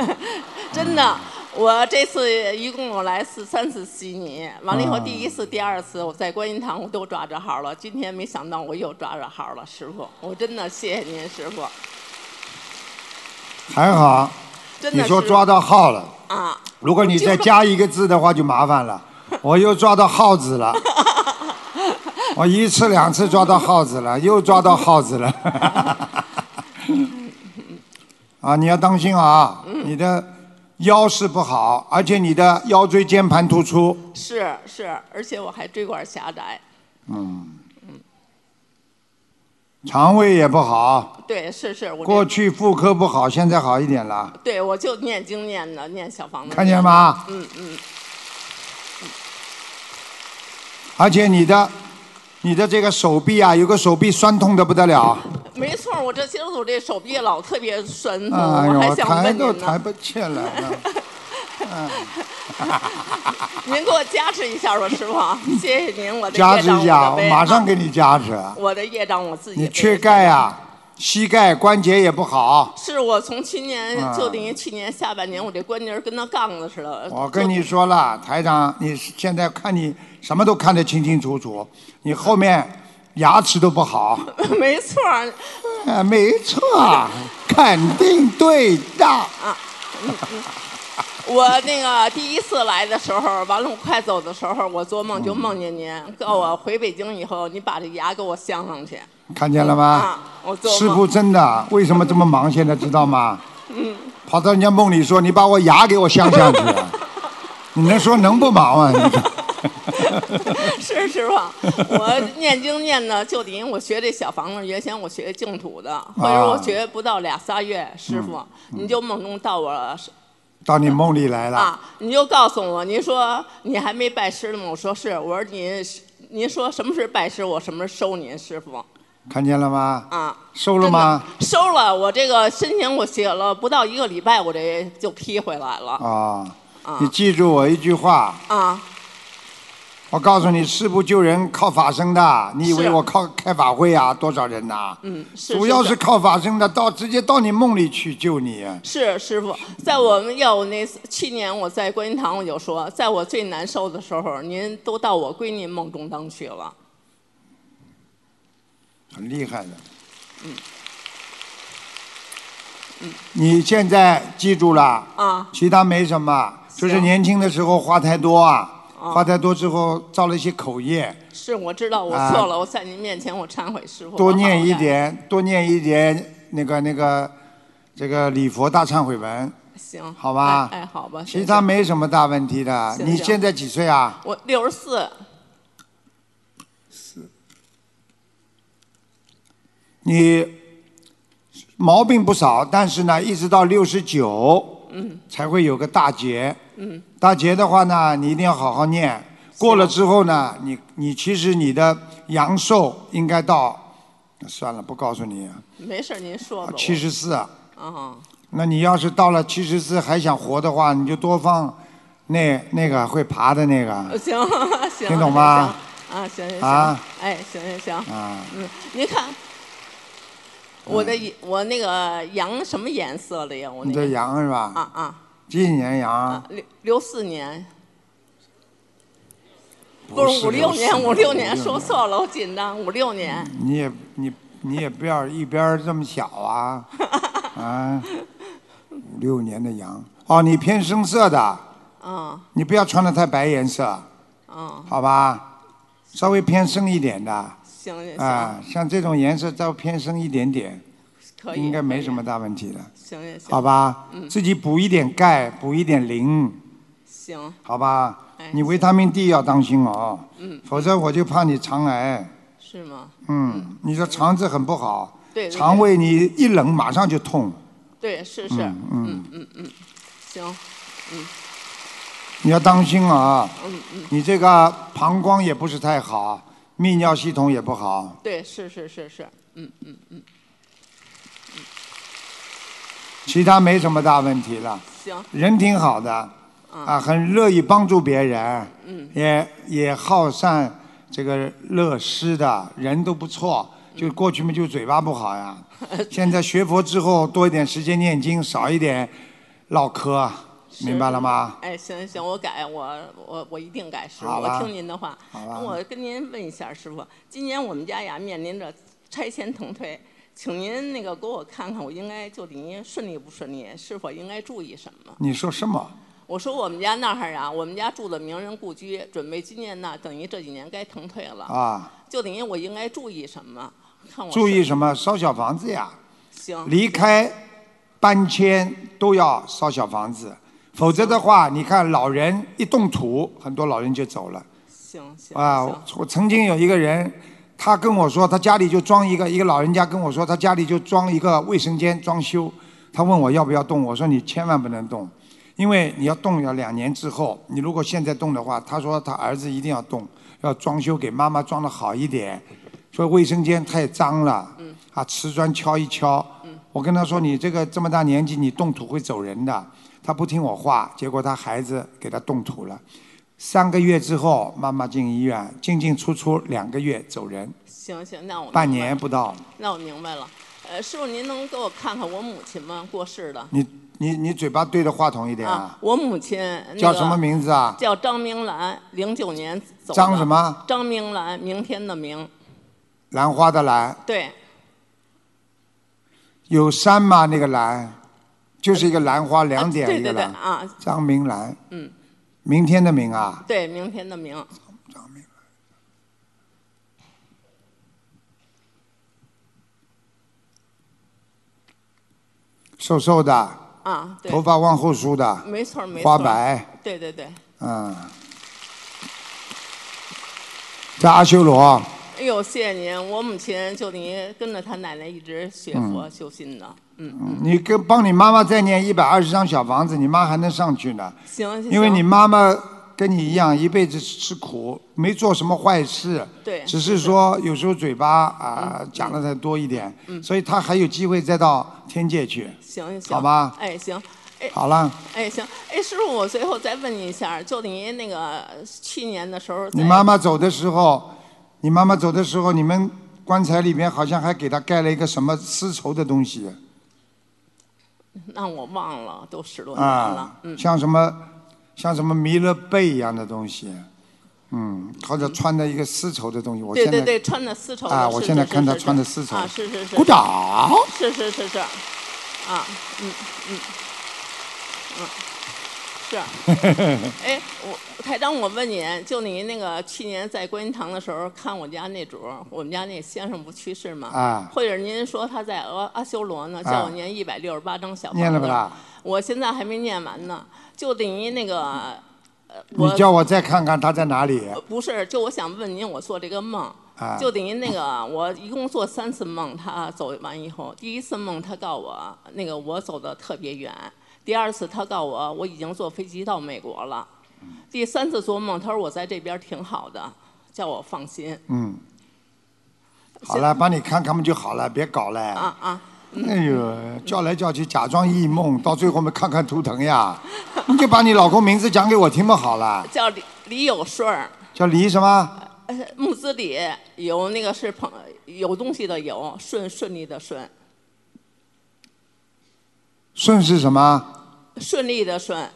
G: 真的。我这次一共我来四三次悉尼，完了以后第一次、第二次我在观音堂我都抓着号了，今天没想到我又抓着号了，师傅，我真的谢谢您，师傅，
B: 还好，
G: 真
B: 你
G: 的
B: 说
G: 是
B: 抓到号了。
G: 啊，
B: 如果你再加一个字的话，就麻烦 了。我又抓到耗子了，我一次两次抓到耗子了，又抓到耗子了。 啊，你要当心啊，你的腰是不好，而且你的腰椎间盘突出。
G: 是是，而且我还椎管狭窄，
B: 嗯，肠胃也不好，
G: 对，是是，我
B: 过
G: 这
B: 去妇科不好，现在好一点了。
G: 对我就念经念的，念小房子，
B: 看见？吗？
G: 嗯嗯，
B: 而且你的你的这个手臂啊，有个手臂酸痛的不得了，
G: 没错，我这今儿我这手臂老特别酸痛，
B: 哎
G: 我还
B: 呦，
G: 想
B: 抬
G: 问
B: 都
G: 您
B: 抬
G: 呢，
B: 不起来了。
G: 您给我加持一下吧，师傅，谢谢您，我的
B: 加
G: 业
B: 持
G: 障
B: 一下，
G: 我
B: 我
G: 的
B: 马上给你加持。
G: 我的业障我自己
B: 你
G: 背
B: 缺钙啊，膝盖关节也不好。
G: 是我从去年
B: 啊
G: 就等于去年下半年，我这关节跟那杠子似的。
B: 我啊跟你说了，台长，你现在看你什么都看得清清楚楚，你后面牙齿都不好。
G: 就， 没错儿，
B: 啊，没错，肯定对的。
G: 我那个第一次来的时候，完了我快走的时候，我做梦就梦见您，告我回北京以后，你把这牙给我镶上去。
B: 看见了吗
G: 啊？我做梦
B: 师傅真的，为什么这么忙？现在知道吗？
G: 嗯
B: 跑到人家梦里说：“你把我牙给我镶上去。”你能说能不忙吗？ 你说
G: 是师傅，我念经念的就等于我学这小房子，原先我学净土的，
B: 啊
G: 或者我学不到俩仨月，师
B: 嗯
G: 傅你就梦中到我
B: 到你梦里来了，
G: 啊，你就告诉我，您说你还没拜师呢吗？我说是，我说您是您说什么是拜师，我什么时候收您师傅
B: 看见了吗？
G: 啊？
B: 收了吗？
G: 真的？收了，我这个申请我写了不到一个礼拜，我这就批回来了
B: 啊，
G: 啊
B: 你记住我一句话，
G: 啊！
B: 我告诉你，师傅救人靠法身的，你以为
G: 是啊
B: 我靠开法会啊？多少人呐、
G: 嗯，是
B: 主要
G: 是
B: 是靠法身的，到直接到你梦里去救你。
G: 是师傅，在我们要我那次去年我在观音堂我就说，在我最难受的时候，您都到我闺女梦中当去了。嗯
B: 很厉害的。你现在记住了，
G: 啊，
B: 其他没什么，就是
G: 行
B: 年轻的时候话太多啊，
G: 哦
B: 话太多之后造了一些口业，
G: 是我知道我
B: 啊
G: 错了，我在您面前我忏悔，师傅。
B: 多
G: 我哦好
B: 念一
G: 改。
B: 点，多念一点那个那个这个礼佛大忏悔文，
G: 行，
B: 好吧
G: 哎，哎好吧。
B: 其
G: 行
B: 他
G: 行
B: 没什么大问题的。
G: 行
B: 你
G: 行
B: 现在几岁啊？
G: 我六十四，
B: 你毛病不少，但是呢，一直到六十九，嗯，才会有个大劫。
G: 嗯，
B: 大劫的话呢，你一定要好好念。过了之后呢，你你其实你的阳寿应该到，算了，不告诉你，啊
G: 没事儿，您说吧。
B: 七十四。
G: 我。啊，
B: 那你要是到了七十四还想活的话，你就多放那那个会爬的那个
G: 行 行，
B: 哎听懂吗
G: 行？啊，行行行，
B: 啊
G: 哎，行行行，
B: 啊。
G: 嗯，您看我的眼我那个羊什么颜色的呀？我
B: 你
G: 那
B: 这
G: 个
B: 羊是吧？
G: 啊啊，
B: 几几年羊？
G: 六六四年，
B: 不
G: 不
B: 是
G: 是五六
B: 64
G: 年，五六年
B: 56
G: 说错了，我紧张，
B: 嗯
G: 五六年。
B: 你也你你也不要一边儿这么小啊啊！五六年的羊哦，你偏深色的，
G: 嗯
B: 你不要穿的太白颜色，
G: 嗯，
B: 好吧？稍微偏深一点的
G: 行行
B: 啊
G: 行，，
B: 像这种颜色稍微偏深一点点，
G: 可以，
B: 应该没
G: 可以
B: 什么。大问题的，
G: 行行行，嗯
B: 好吧？自己补一点钙，补一点磷，
G: 行，
B: 好吧
G: 哎？
B: 你维他命 D 要当心哦，
G: 嗯，
B: 否则我就怕你肠癌。
G: 是吗？
B: 嗯，你的肠子很不好，
G: 对，对
B: 肠，胃你一冷马上就痛。
G: 对，对是是，
B: 嗯
G: 嗯
B: 嗯
G: 嗯嗯行，
B: 你要当心啊！
G: 嗯嗯，
B: 你这个膀胱也不是太好，泌尿系统也不好。
G: 对，是是是是，嗯嗯嗯，
B: 其他没什么大问题了，
G: 行，
B: 人挺好的，啊，很乐意帮助别人，
G: 嗯
B: 也也好善这个乐施的，人都不错。
G: 嗯
B: 就过去嘛，就嘴巴不好 呀。现在学佛之后，多一点时间念经，少一点唠嗑，
G: 是
B: 明白了吗？
G: 哎，行行，我改，我我我一定改，师傅，
B: 好吧
G: 我听您的话。
B: 好吧
G: 那我跟您问一下，师傅，今年我们家呀面临着拆迁腾退，请您那个给我看看，我应该就您顺利不顺利，是否应该注意什么？
B: 你说什么？
G: 我说我们家那儿啊，我们家住的名人故居，准备今年呢，等于这几年该腾退了，
B: 啊，
G: 就等于我应该注意什么？嗯看我
B: 注意
G: 是
B: 什么？烧小房子呀。
G: 行
B: 离开搬迁都要烧小房子，否则的话，你看老人一动土，很多老人就走了
G: 行行
B: 啊。我
G: 行
B: 我曾经有一个人，他跟我说，他家里就装一个，一个老人家跟我说，他家里就装一个卫生间装修，他问我要不要动，我说你千万不能动。因为你要动要两年之后，你如果现在动的话，他说他儿子一定要动，要装修给妈妈装的好一点，说卫生间太脏了，啊，瓷砖敲一敲。我跟他说：“你这个这么大年纪，你动土会走人的。”他不听我话，结果他孩子给他动土了。三个月之后，妈妈进医院，进进出出两个月走人，
G: 行行，那我
B: 半
G: 明白
B: 年不到。
G: 那我明白了。呃，师傅，您能给我看看我母亲吗？过世的
B: 你你你嘴巴对着话筒一点啊！
G: 我母亲、那个、
B: 叫什么？名字啊？
G: 叫张明兰，零九年走的。
B: 张什？么？
G: 张明兰，明天的明。
B: 兰花的兰，
G: 对，
B: 有山吗？那个兰，就是一个兰花，两
G: 啊
B: 点
G: 对
B: 一个
G: 对对
B: 兰。
G: 啊，
B: 张明兰，
G: 嗯，
B: 明天的明啊，
G: 对，明天的明。
B: 瘦瘦的，
G: 啊，对
B: 头，发往后梳的，
G: 没错儿没
B: 花。
G: 错。
B: 白，
G: 对对对，
B: 嗯，在阿修罗，
G: 哎呦，谢谢您，我母亲就您跟着她奶奶一直学佛修心的，嗯，
B: 嗯你跟帮你妈妈再念一百二十张小房子，你妈还能上去呢，
G: 行，行
B: 因为你
G: 行
B: 妈妈跟你一样一辈子吃苦，没做什么坏事，
G: 对
B: 只是说有时候嘴巴啊、讲的太多一点，
G: 嗯
B: 所以她还有机会再到天界去。
G: 行行，
B: 好吧
G: 哎行，
B: 好了，
G: 哎，行，哎，师傅，我最后再问您一下，就您那个去年的时候在，
B: 你妈妈走的时候，你妈妈走的时候，你们棺材里面好像还给她盖了一个什么丝绸的东西。
G: 那我忘了，都十多年了，
B: 嗯啊，
G: 嗯，
B: 像什么像什么弥勒贝一样的东西，嗯，或者穿的一个丝绸的东西，我
G: 对
B: 现
G: 对
B: 在
G: 对，穿的丝绸的
B: 啊
G: 是
B: 我
G: 是
B: 现在
G: 是
B: 看
G: 是
B: 她
G: 是
B: 穿的丝绸
G: 啊，是是是，
B: 鼓，掌。
G: 是是是是，啊，嗯嗯嗯，是。啊 哎，我台长，我问您，就您那个去年在观音堂的时候看我家那主儿，我们家那先生不去世吗？
B: 啊
G: 或者您说他在阿阿修罗呢，
B: 啊
G: 叫我念一百六十八张小房子。
B: 念了不啦？
G: 我现在还没念完呢，就等于那个，呃
B: 你叫我再看看他在哪里。
G: 不是，就我想问您，我做这个梦，
B: 啊
G: 就等于那个我一共做三次梦，他走完以后，第一次梦他告我那个我走的特别远，第二次他告我我已经坐飞机到美国了，第三次做梦他说我在这边挺好的，叫我放心
B: 嗯，好了，帮你看看不就好了，别搞了。
G: 啊啊，
B: 哎呦，叫来叫去，假装异梦，到最后我们看看图腾呀。你就把你老公名字讲给我听不好了，
G: 叫李李有顺儿，
B: 叫黎什么？
G: 呃木子李有那个是朋有东西的有顺顺利的顺
B: 顺是什么？
G: 顺利的顺，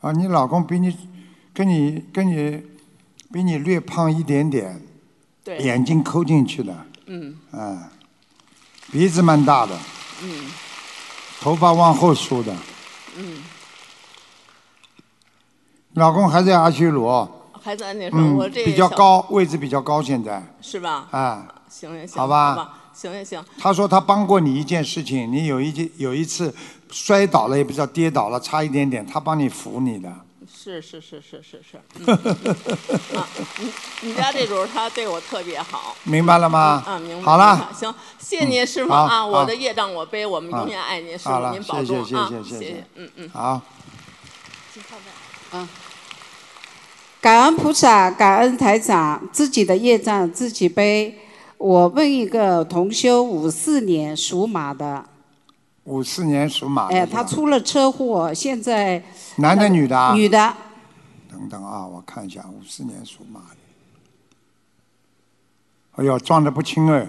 B: 啊，你老公比你，跟你跟你，比你略胖一点点，
G: 对，
B: 眼睛抠进去的，
G: 嗯
B: 嗯，鼻子蛮大的，
G: 嗯
B: 头发往后梳的，
G: 嗯，
B: 老公还在阿修罗，
G: 还在那时候、
B: 嗯
G: 我，这
B: 比较
G: 小
B: 高，位置比较高，现在
G: 是吧？
B: 啊。
G: 行行行，
B: 好吧
G: 行行行，
B: 他说他帮过你一件事情，你有一件有一次摔倒了，也不知道跌倒了，差一点点，他帮你扶你的。
G: 是是是是是是，嗯啊，你你家这主儿他对我特别好。
B: 明白了吗？
G: 啊，明白。
B: 好
G: 明
B: 了嗯
G: 白，行，谢谢您师傅
B: 好
G: 啊，我
B: 好
G: 的业障我背， 我们
B: 啊
G: 永远爱您，师
B: 好
G: 傅
B: 了
G: 您保
B: 谢
G: 重
B: 谢
G: 啊，
B: 谢谢
G: 谢
B: 谢谢
G: 谢，嗯嗯。
B: 好，
H: 感恩菩萨，感恩台长，自己的业障自己背。我问一个同修，五四年属马的，
B: 五四年属马的是
H: 哎，
B: 吧，
H: 他出了车祸，现在
B: 男的女的啊？
H: 女的，
B: 等等啊，我看一下，五四年属马的。哎呦，撞得不轻哎。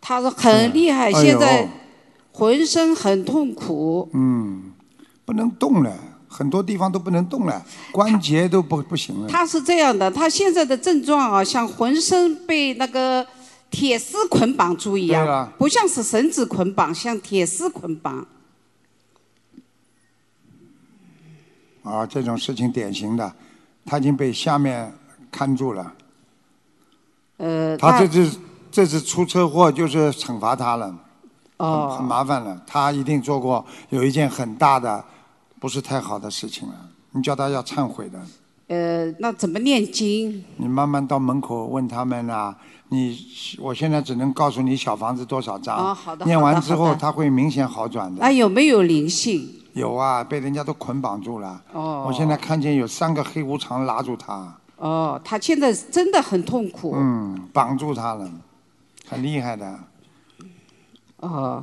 H: 她说很厉害，
B: 哎呦
H: 现在浑身很痛苦。
B: 嗯，不能动了，很多地方都不能动了，关节都不不行了。
H: 她是这样的，她现在的症状啊，像浑身被那个铁丝捆绑住一
B: 对
H: 样
B: 啊，
H: 不像是绳子捆绑，像铁丝捆绑。
B: 啊，这种事情典型的，他已经被下面看住了。
H: 呃，
B: 他
H: 她
B: 这次这次出车祸就是惩罚他了，很很
H: 哦，
B: 麻烦了。他一定做过有一件很大的不是太好的事情了，你叫他要忏悔的。
H: 呃，那怎么念经？
B: 你慢慢到门口问他们啦、你我现在只能告诉你小房子多少张，
H: 哦好的
B: 念
H: 好的
B: 完之
H: 好
B: 后
H: 的
B: 他会明显好转的。
H: 那有没有灵性？
B: 有啊，被人家都捆绑住了。
H: 哦，
B: 我现在看见有三个黑无常拉住他，
H: 哦，他现在真的很痛苦。
B: 嗯，绑住他了，很厉害的。
H: 哦，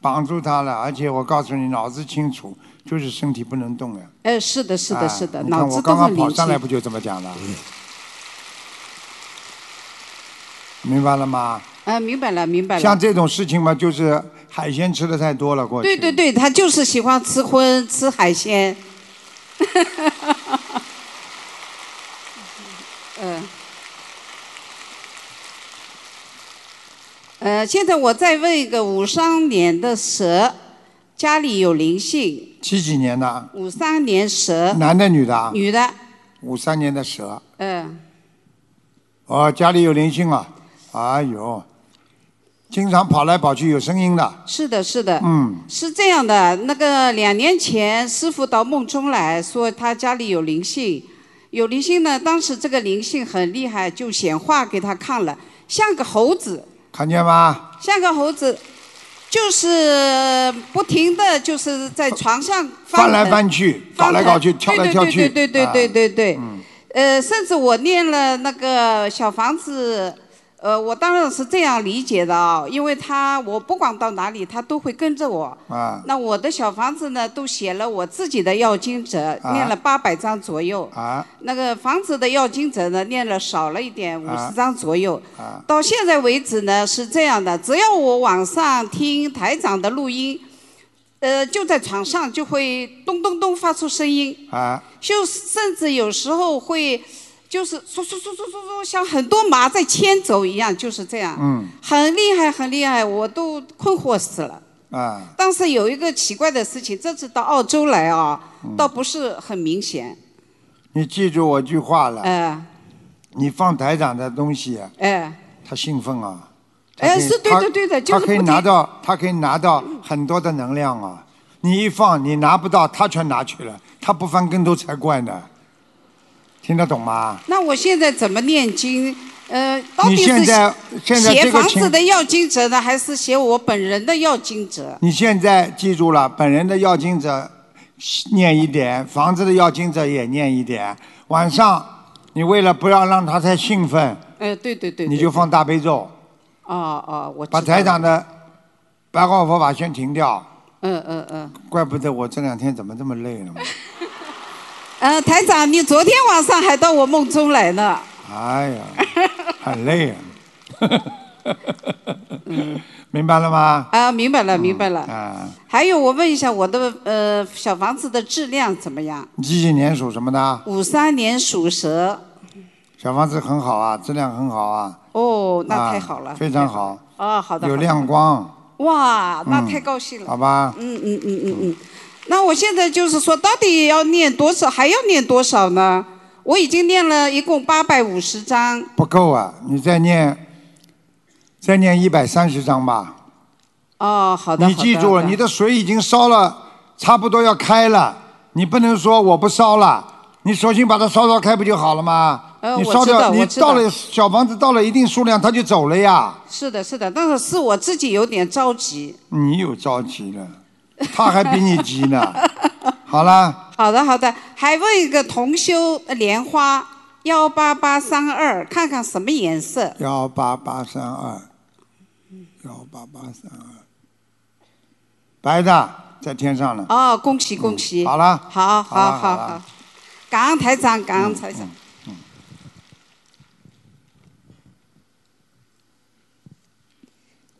B: 绑住他了，而且我告诉你，脑子清楚，就是身体不能动了。
H: 哎，是的，是的，
B: 啊
H: 是的，
B: 你看
H: 脑
B: 我
H: 子都
B: 刚刚
H: 很
B: 跑
H: 灵
B: 上来
H: 性。
B: 不就这么讲了？明白了吗？
H: 啊，明白了，明白
B: 像
H: 了。
B: 这种事情嘛，就是海鲜吃的太多了，过去。
H: 对对。对，他就是喜欢吃荤吃海鲜。 嗯。呃，现在我再问一个五三年的蛇，家里有灵性，
B: 七几年的，
H: 五三年蛇，
B: 男的女的啊？
H: 女的，
B: 五三年的蛇，
H: 嗯、
B: 哦，家里有灵性啊，哎呦，经常跑来跑去，有声音的，
H: 是的，是的，
B: 嗯，
H: 是这样的，那个两年前师傅到梦中来说他家里有灵性，有灵性呢，当时这个灵性很厉害，就显化给他看了，像个猴子，
B: 看见吗？
H: 像个猴子，就是不停的就是在床上
B: 翻来
H: 腾
B: 翻去，搞
H: 翻
B: 来搞去，跳来跳去，
H: 对对对对对
B: 啊
H: 对对对。呃，甚至我念了那个小房子，呃，我当然是这样理解的啊、因为他我不管到哪里，他都会跟着我。
B: 啊
H: 那我的小房子呢，都写了我自己的要经者，
B: 啊
H: 念了八百张左右。
B: 啊
H: 那个房子的要经者呢，念了少了一点，五
B: 啊
H: 十张左右。
B: 啊！
H: 到现在为止呢，是这样的，只要我网上听台长的录音，呃，就在床上就会咚咚咚发出声音，
B: 啊，
H: 就甚至有时候会就是嗖嗖嗖嗖嗖嗖，像很多麻在牵走一样，就是这样，
B: 嗯，
H: 很厉害，很厉害，我都困惑死了。
B: 啊，
H: 当时有一个奇怪的事情，这次到澳洲来啊，
B: 嗯
H: 倒不是很明显，
B: 你记住我句话了，
H: 呃，
B: 你放台长的东西，
H: 哎、
B: 他兴奋啊。
H: 哎
B: 他可以
H: 是对
B: 他
H: 对对的就是
B: 他可以
H: 不
B: 拿
H: 停
B: 到，他可以拿到很多的能量啊！你一放，你拿不到，他全拿去了，他不翻跟头才怪呢。听得懂吗？
H: 那我现在怎么念经？呃，到
B: 你
H: 底
B: 现
H: 是
B: 在现在
H: 写
B: 这个
H: 房
B: 情
H: 子的要经者呢，还是写我本人的要经者？
B: 你现在记住了，本人的要经者念一点，房子的要经者也念一点。晚上，你为了不要让他太兴奋，
H: 呃，对对对，
B: 你就放大悲咒，
H: 哦哦，我知
B: 把
H: 道了
B: 台长，的白话佛法先停掉。
H: 嗯嗯嗯，
B: 怪不得我这两天怎么这么累 了嘛！
H: 呃，台长，你昨天晚上还到我梦中来呢，
B: 哎呀，很累 啊。
H: 嗯
B: 明白了吗？
H: 啊，明白了明白了。
B: 啊，
H: 还有，我问一下我的呃小房子的质量怎么样？
B: 你几几年属什么的？
H: 五三年属蛇，
B: 小房子很好啊，质量很好啊。
H: 哦，那
B: 啊
H: 太好了，
B: 非常好，
H: 啊，好的，
B: 有
H: 好的
B: 亮光，
H: 哇，那
B: 嗯
H: 太高兴了。
B: 好吧？
H: 嗯嗯嗯嗯嗯。那我现在就是说，到底要念多少，还要念多少呢？我已经念了一共八百五十章，
B: 不够啊，你再念，再念一百三十章吧。
H: 哦，好的，
B: 你记住了，你
H: 的
B: 的水已经烧了，差不多要开了，你不能说我不烧了，你索性把它烧烧开不就好了吗？
H: 呃
B: 你
H: 我
B: 烧
H: 知
B: 掉，
H: 道
B: 你
H: 我知
B: 到
H: 道
B: 了小房子到了一定数量，它就走了呀。
H: 是的，是的，但是是我自己有点着急。
B: 你有着急 了，他还比你急呢。好了，
H: 好的，好的，还问一个同修呃莲花幺八八三二，看看什么颜色？
B: 幺八八三二，幺八八三二，白的在天上呢。嗯
H: 哦，恭喜恭喜！
B: 好了
H: 好
B: 好了
H: 好
B: 好
H: 好
B: 了
H: 好，感恩台长，
B: 嗯
H: 感恩台长。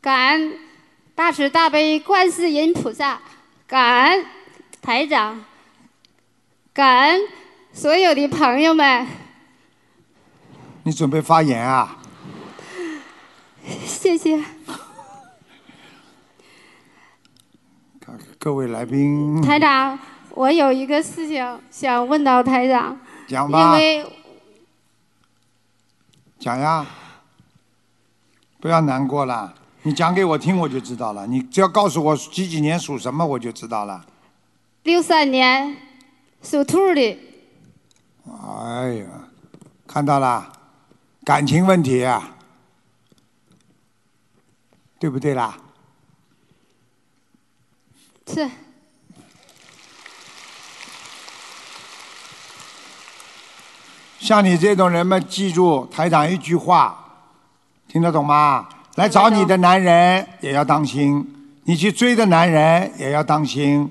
I: 感恩大慈大悲观世音菩萨，感恩台长，感恩所有的朋友们，
B: 你准备发言啊？
I: 谢谢
B: 看各位来宾，
I: 台长。我有一个事情想问到台长，
B: 讲
I: 因
B: 吧，
I: 为
B: 讲呀，不要难过了。你讲给我听，我就知道了。你只要告诉我几几年属什么，我就知道了。
I: 六三年属兔的，
B: 哎呀，看到啦，感情问题啊，对不对啦？
I: 是
B: 像你这种人们，记住台长一句话，听得懂吗？来找你的男人也要当心，你去追的男人也要当心。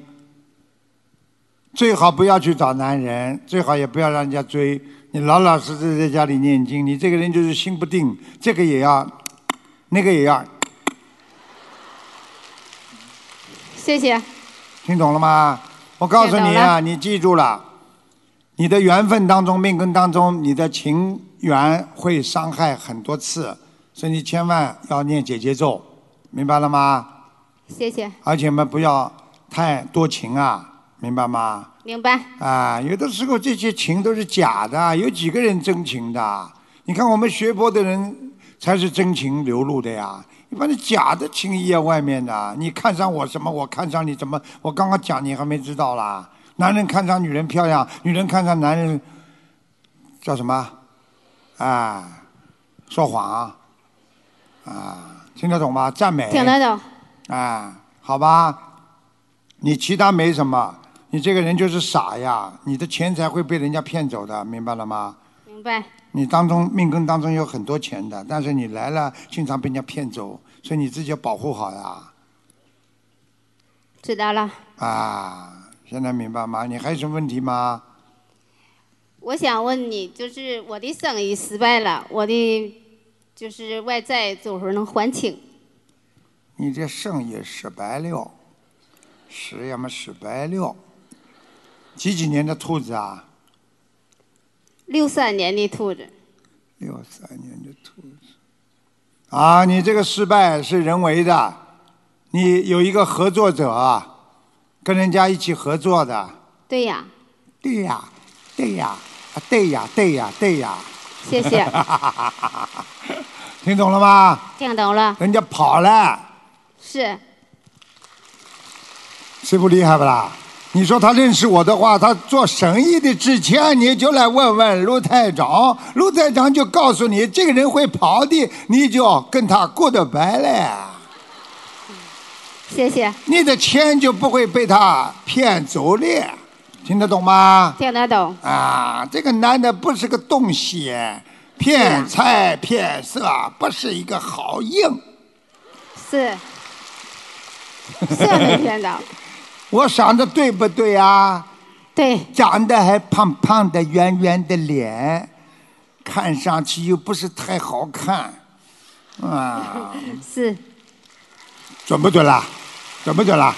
B: 最好不要去找男人，最好也不要让人家追。你老老实实在家里念经，你这个人就是心不定，这个也要，那个也要，
I: 谢谢。
B: 听懂了吗？我告诉你
I: 听懂
B: 啊，
I: 了
B: 你记住了，你的缘分当中、命根当中，你的情缘会伤害很多次，所以你千万要念姐姐咒，明白了吗？
I: 谢谢，
B: 而且嘛，不要太多情啊，明白吗？
I: 明白，
B: 啊，有的时候这些情都是假的，有几个人真情的？你看我们学佛的人才是真情流露的呀，一般是假的情谊啊，外面的。你看上我什么？我看上你怎么？我刚刚讲你还没知道啦。男人看上女人漂亮，女人看上男人叫什么？啊，说谎啊，听得懂吗？赞美。
I: 听得懂，
B: 啊，好吧，你其他没什么，你这个人就是傻呀，你的钱财会被人家骗走的，明白了吗？
I: 明白，
B: 你当中命根当中有很多钱的，但是你来了经常被人家骗走，所以你自己要保护好呀。
I: 知道了。
B: 啊，现在明白吗？你还有什么问题吗？
I: 我想问你，就是我的生意失败了，我的就是外债总是能还清，
B: 你这肾也失败了，十要么十白六，几几年的兔子啊？
I: 六三年的兔子，
B: 六三年的兔子。啊，你这个失败是人为的，你有一个合作者啊，跟人家一起合作的。啊
I: 对呀，
B: 对呀，对呀，啊，对呀，对呀，对呀。
I: 谢谢。
B: 听懂了吗？
I: 听懂了，
B: 人家跑了，
I: 是
B: 是不厉害不啦？你说他认识我的话，他做生意的之前你就来问问陆台长，陆台长就告诉你这个人会跑的，你就跟他过得白了。
I: 谢谢，
B: 你的钱就不会被他骗走了，听得懂吗？
I: 听得懂，
B: 啊，这个男的不是个东西，骗财骗色，不是一个好硬。
I: 是，是啊没 听懂，
B: 我想的对不对啊？
I: 对。
B: 长得还胖胖的、圆圆的脸，看上去又不是太好看，啊，
I: 是
B: 准不准啦？准不准啦？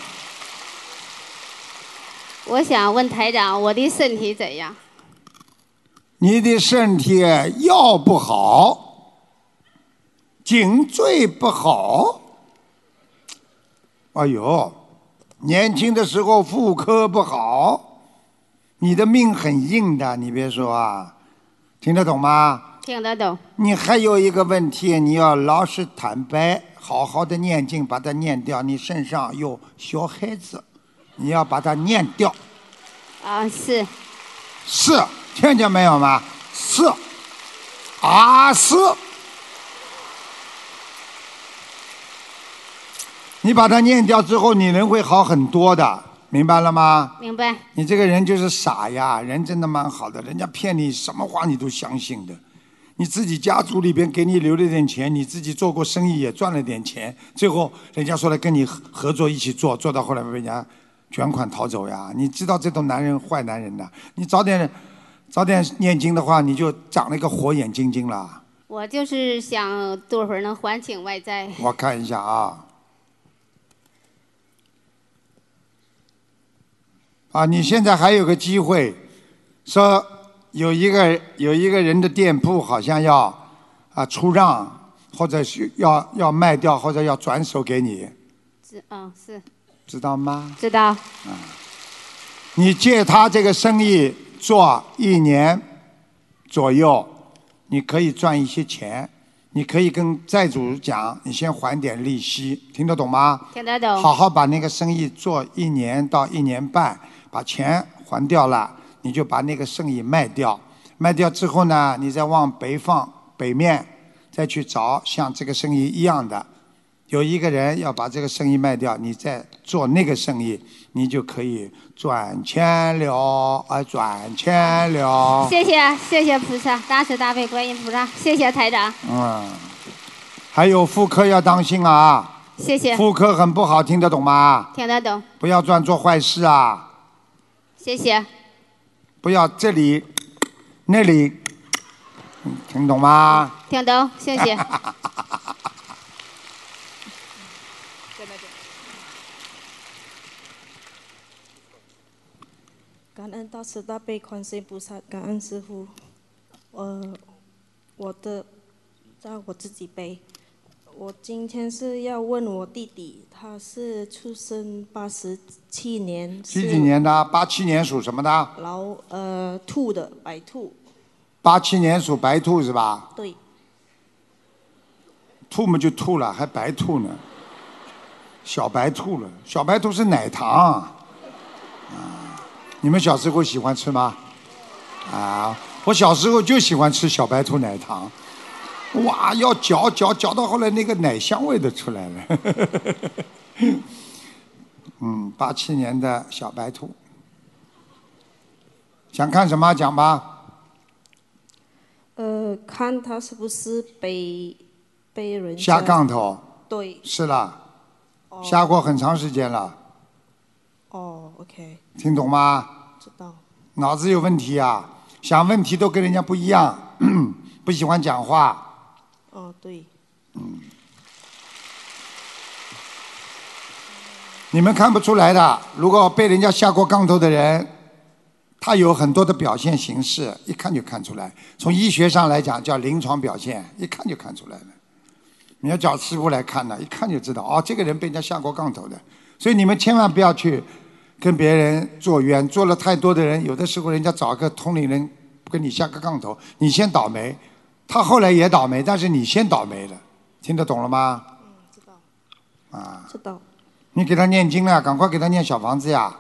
I: 我想问台长，我的身体怎样？
B: 你的身体腰不好，颈椎不好。哎呦，年轻的时候妇科不好，你的命很硬的，你别说啊，听得懂吗？
I: 听得懂，
B: 你还有一个问题，你要老实坦白，好好的念经，把它念掉。你身上有小孩子，你要把它念掉。
I: 啊，是
B: 是，听见没有吗？是，啊是。你把它念掉之后，你人会好很多的，明白了吗？
I: 明白，
B: 你这个人就是傻呀，人真的蛮好的，人家骗你什么话你都相信的。你自己家族里边给你留了点钱，你自己做过生意也赚了点钱，最后人家说来跟你合合作一起做，做到后来被人家卷款逃走呀。你知道这种男人坏男人的，你早点早点念经的话，你就长了一个火眼金睛了。
I: 我就是想多会儿能还清外债。
B: 我看一下啊，啊，你现在还有个机会，说有一个有一个人的店铺好像要啊出让，或者是要要卖掉，或者要转手给你，
I: 知，嗯，是
B: 知道吗？
I: 知道，
B: 你借他这个生意做一年左右，你可以赚一些钱，你可以跟债主讲，你先还点利息，听得懂吗？
I: 听得懂，
B: 好好把那个生意做一年到一年半，把钱还掉了，你就把那个生意卖掉。卖掉之后呢，你再往北放北面，再去找像这个生意一样的，有一个人要把这个生意卖掉，你再做那个生意，你就可以转钱了啊，转钱了。
I: 谢谢谢谢菩萨，大慈大悲观音菩萨，谢谢台长，
B: 嗯，还有妇科要当心啊，
I: 谢谢，
B: 妇科很不好，听得懂吗？
I: 听得懂，
B: 不要专做坏事啊。
I: 谢谢，
B: 不要这里、那里，嗯听懂吗？
I: 听懂，谢 谢。
J: 感恩大慈大悲观世音菩萨，感恩师傅。呃，我的让我自己背。我今天是要问我弟弟，他是出生八十七年，
B: 几
J: 是
B: 几年的？八七年属什么的？
J: 老呃兔的白兔，
B: 八七年属白兔是吧？
J: 对，
B: 吐嘛就吐了，还白兔呢，小白兔了。小白兔是奶糖，啊，你们小时候喜欢吃吗？啊，我小时候就喜欢吃小白兔奶糖，哇，要嚼嚼嚼到后来那个奶香味都出来了。 嗯，八七年的小白兔，想看什么讲吧？
J: 呃，看他是不是被被人家
B: 下杠头
J: 对，
B: 是啦，
J: 哦
B: 下过很长时间了，
J: 哦，OK，
B: 听懂吗？
J: 知道，
B: 脑子有问题啊，想问题都跟人家不一样， 不喜欢讲话。
J: 哦，对，
B: 你们看不出来的。如果被人家下过杠头的人，他有很多的表现形式，一看就看出来。从医学上来讲，叫临床表现，一看就看出来了。你要找师傅来看呢，一看就知道，哦，这个人被人家下过杠头的。所以你们千万不要去跟别人做冤，做了太多的人，有的时候人家找个同龄人跟你下个杠头，你先倒霉，他后来也倒霉，但是你先倒霉了，听得懂了吗？嗯，知道。啊，
J: 知道。
B: 你给他念经了，赶快给他念小房子呀，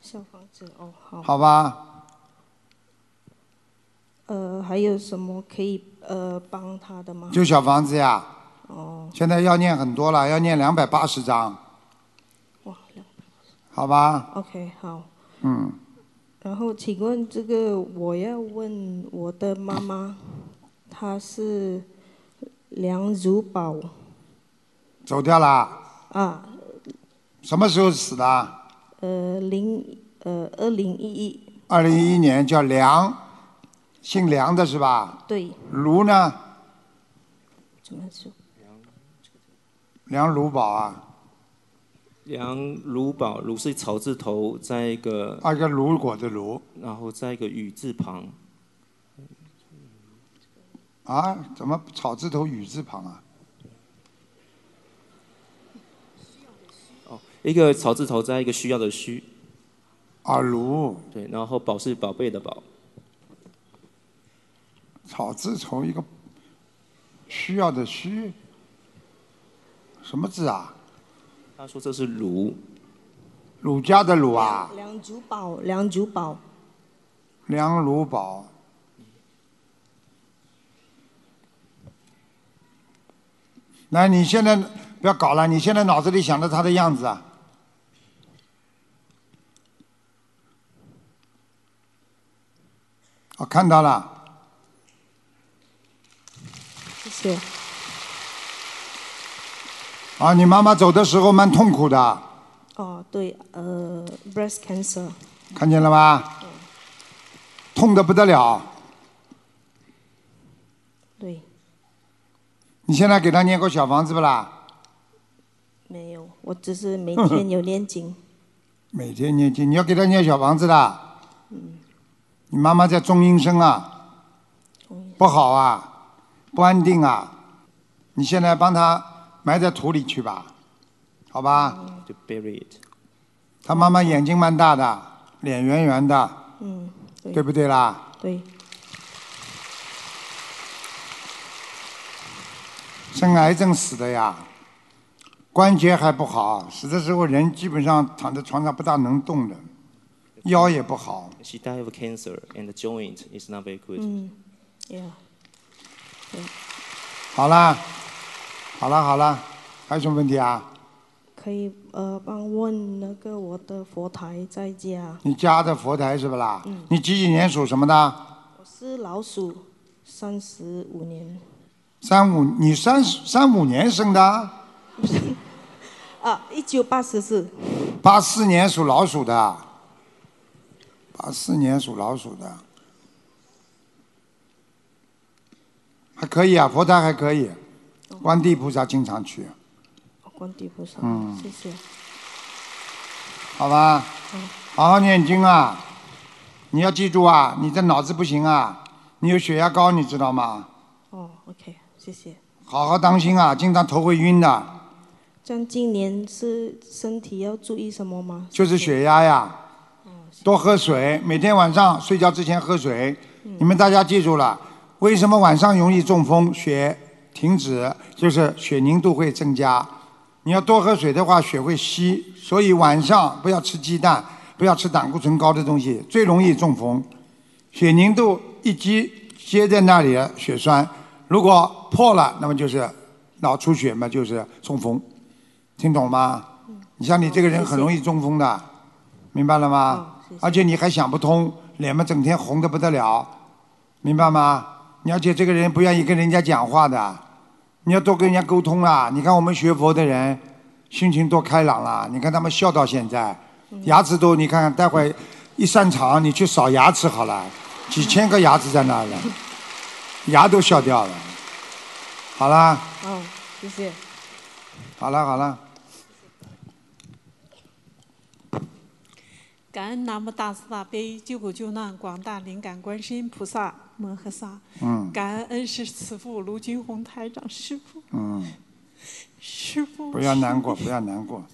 J: 小房子哦，好。
B: 好吧？
J: 呃，还有什么可以呃帮他的吗？
B: 就小房子呀，
J: 哦，
B: 现在要念很多了，要念两百八十章，
J: 哇两
B: 好吧？
J: ，OK，好。
B: 嗯，
J: 然后，请问这个我要问我的妈妈，她是梁如宝
B: 走掉啦。
J: 啊，
B: 什么时候死的？
J: 呃零呃二零一一
B: 二零一一年，叫梁，姓梁的是吧？
J: 对，
B: 卢呢？
J: 怎么说？
B: 梁卢宝啊，
K: 梁如宝，如是草字头，在一个
B: 二啊个如果的如，
K: 然后在一个雨字旁，
B: 啊，怎么草字头雨字旁啊？
K: 一个草字头在一个需要的需。
B: 啊，如。
K: 对，然后宝是宝贝的宝，
B: 草字头一个需要的需，什么字啊？
K: 他说这是儒，
B: 儒家的儒啊。
J: 梁如宝，梁如宝，
B: 梁如宝。那你现在不要搞了，你现在脑子里想着他的样子啊。我哦看到了，
J: 谢谢。
B: 啊，你妈妈走的时候蛮痛苦的，
J: 哦，对，呃，breast cancer，
B: 看见了吧？痛的不得了。
J: 对，
B: 你现在给她念过小房子不啦？
J: 没有，我只是每天有念经。
B: 每天念经，你要给她念小房子啦。
J: 嗯，
B: 你妈妈在中阴身啊，不好啊，不安定啊。你现在帮她埋在土里去吧，好吧？
K: 就 bury it。
B: 她妈妈眼睛蛮大的，脸圆圆的，
J: 嗯，
B: 对不对啦？
J: 对，
B: 生癌症死的呀，关节还不好，死的时候人基本上躺在床上不大能动的，腰也不好。
K: She died of cancer and the joint is not very good、
J: 嗯，yeah，对，
B: 好啦，好啦，好啦，还有什么问题啊？
J: 可以呃帮问那个我的佛台在家，
B: 你家的佛台是不啦？
J: 嗯
B: 你几几年属什么的？
J: 我是老鼠，三十五年
B: 三五，你三三五年生的，
J: 啊，一九八十四，
B: 八四年属老鼠的，八四年属老鼠的，还可以啊，佛台还可以，观地菩萨经常去，
J: 观地菩萨，
B: 嗯
J: 谢谢，
B: 好吧？好好念经啊！你要记住啊，你这脑子不行啊，你有血压高，你知道吗？
J: 哦，OK，谢谢。
B: 好好当心啊，经常头会晕的，
J: 这样今年是身体要注意什么吗？
B: 就是血压呀。多喝水，每天晚上睡觉之前喝水。你们大家记住了，为什么晚上容易中风？血停止就是血凝度会增加。你要多喝水的话，血会稀，所以晚上不要吃鸡蛋，不要吃胆固醇高的东西，最容易中风。血凝度一积接在那里了，血栓如果破了，那么就是脑出血嘛，就是中风。听懂吗？你像你这个人很容易中风的，明白了吗？而且你还想不通，脸嘛整天红的不得了，明白吗？你而且这个人不愿意跟人家讲话的，你要多跟人家沟通啊。你看我们学佛的人，心情多开朗啦。你看他们笑到现在，牙齿都你看看，待会一散场你去扫牙齿好了，几千个牙齿在那了，牙都笑掉了。好啦，
J: 哦，谢谢。
B: 好啦，好啦，
L: 感恩南无大慈大悲救苦救难广大灵感观世音菩萨摩诃萨。
B: 嗯
L: 感恩恩师慈父卢军宏台长师傅，
B: 嗯，
L: 师傅。
B: 不要难过，不要难过。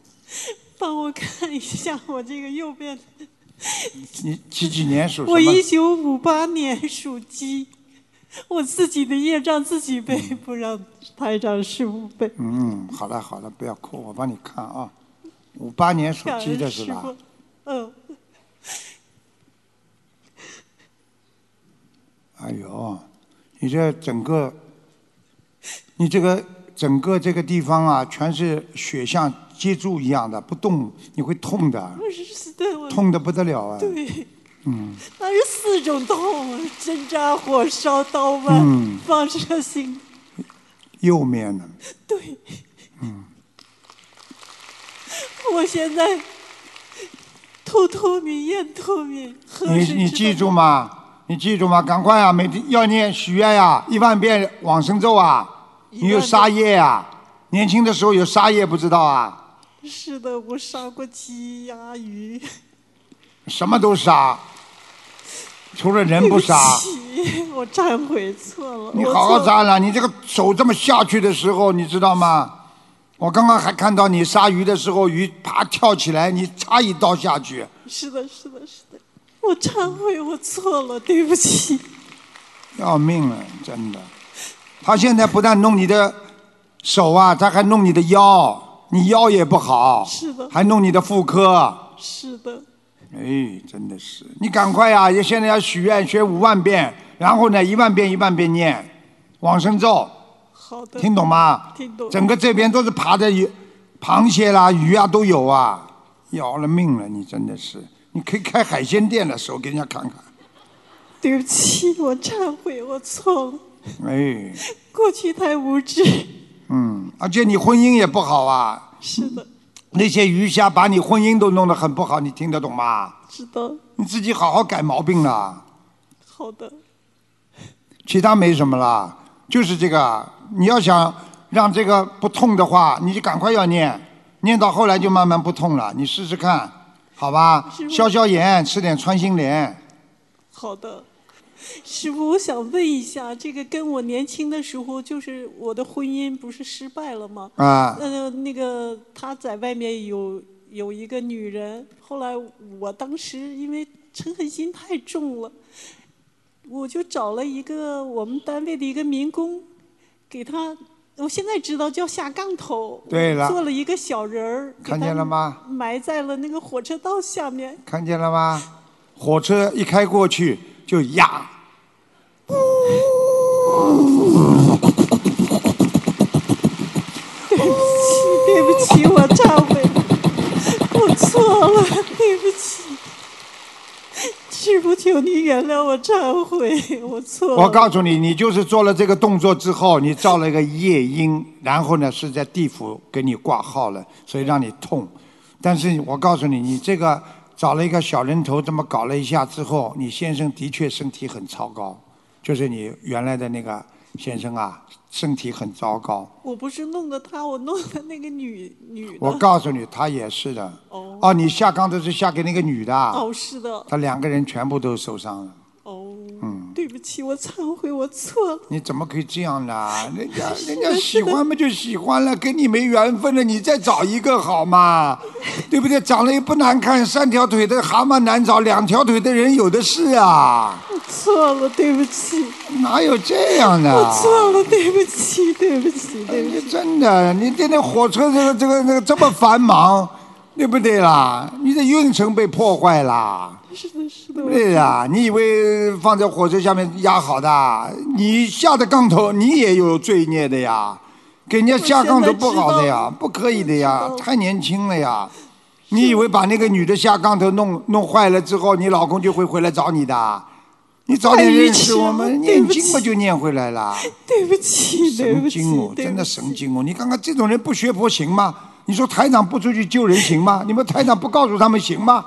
L: 帮我看一下我这个右边，
B: 你几几年属什么？
L: 我一九五八年属鸡，我自己的业障自己背，不让台长师傅背。
B: 嗯，好了好了，不要哭，我帮你看啊。五八年属
L: 感
B: 鸡
L: 恩
B: 的
L: 师
B: 是
L: 傅，
B: 吧？
L: 嗯，
B: 哎呦，你这整个，你这个整个这个地方啊，全是血像接住一样的，不动你会痛的，
L: 我是对我
B: 啊痛的不得了啊。
L: 对，
B: 嗯，
L: 那是四种痛：针扎、火烧、刀剜、
B: 嗯
L: 放射性。
B: 右面呢，
L: 对，
B: 嗯，
L: 我现在吐吐米、咽吐米，喝
B: 你
L: 水
B: 你
L: 知
B: 记
L: 道
B: 住吗？你记住吗？赶快啊，每天要念许愿呀、一万遍往生咒啊。你有杀业啊？年轻的时候有杀业不知道啊？
L: 是的，我杀过鸡、鸭、鱼。
B: 什么都杀，除了人不杀。
L: 对不起我忏悔错了。
B: 你
L: 我
B: 好好
L: 错了
B: 扎了，你这个手这么下去的时候，你知道吗？我刚刚还看到你杀鱼的时候，鱼啪跳起来，你插一刀下去。
L: 是的，是的，是的，我忏悔，我错了，对不起。
B: 要命了，真的。他现在不但弄你的手啊，他还弄你的腰，你腰也不好，
L: 是的
B: 还弄你的妇科。
L: 是的，
B: 哎，真的是，你赶快啊呀、也现在要许愿，学五万遍，然后呢，一万遍一万遍念往生咒，
L: 好的。
B: 听懂吗？
L: 听懂。
B: 整个这边都是爬的鱼，螃蟹啦、鱼啊都有啊，要了命了，你真的是，你可以开海鲜店的时候给人家看看。
L: 对不起，我忏悔，我错了，
B: 哎，
L: 过去太无知。
B: 嗯，而且你婚姻也不好啊，
L: 是的，
B: 那些鱼虾把你婚姻都弄得很不好，你听得懂吗？
L: 知道。
B: 你自己好好改毛病了，
L: 好的，
B: 其他没什么了，就是这个，你要想让这个不痛的话，你就赶快要念，念到后来就慢慢不痛了，你试试看，好吧？消消炎，吃点穿心莲，
L: 好的。师傅，我想问一下，这个跟我年轻的时候，就是我的婚姻不是失败了吗？
B: 啊
L: 呃，那个他在外面有有一个女人，后来我当时因为嗔恨心太重了，我就找了一个我们单位的一个民工，给他，我现在知道叫下杠头，
B: 对了
L: 做了一个小人儿，给
B: 看
L: 他
B: 见了吗？
L: 埋在了那个火车道下面，
B: 看见了吗？火车一开过去就呀，
L: 对不起，对不起，我忏悔，我错了，对不起。师傅，求你原谅我忏悔，我错了。
B: 我告诉你，你就是做了这个动作之后，你造了一个夜因，然后呢是在地府给你挂号了，所以让你痛。但是我告诉你，你这个找了一个小人头这么搞了一下之后，你先生的确身体很糟糕，就是你原来的那个先生啊，身体很糟糕。
L: 我不是弄的他，我弄的那个女女的。
B: 我告诉你，他也是的。
L: 哦
B: 哦，你下岗的是下给那个女的啊，
L: 哦，是的，
B: 他两个人全部都受伤了。
L: 哦，
B: 嗯，
L: 对不起，我忏悔，我错了。
B: 你怎么可以这样 呢？人家人家喜欢嘛就喜欢了，跟你没缘分了，你再找一个好 吗？对不对？长得也不难看，三条腿的蛤蟆难找，两条腿的人有的是啊。
L: 我错了，对不起。
B: 哪有这样的
L: 我错了，对不起，对不起，对不起。
B: 真的，你天天火车这个这个这个这么繁忙，对不对啦？你的运程被破坏啦。
L: 是的，是 的。
B: 对不对哎呀，你以为放在火车下面压好的啊？你下的杠头，你也有罪孽的呀，给人家下杠头不好的呀，不可以的呀，太年轻了呀。你以为把那个女的下杠头弄弄坏了之后，你老公就会回来找你的？你早点认识我
L: 太
B: 们，
L: 愚痴了对
B: 念
L: 不起
B: 经不就念回来了？
L: 对不起，对
B: 神
L: 不起
B: 经哦，，
L: 对
B: 真
L: 不
B: 的
L: 起。
B: 神经哦！你看看这种人不学佛行吗？你说台长不出去救人行吗？你们台长不告诉他们行吗？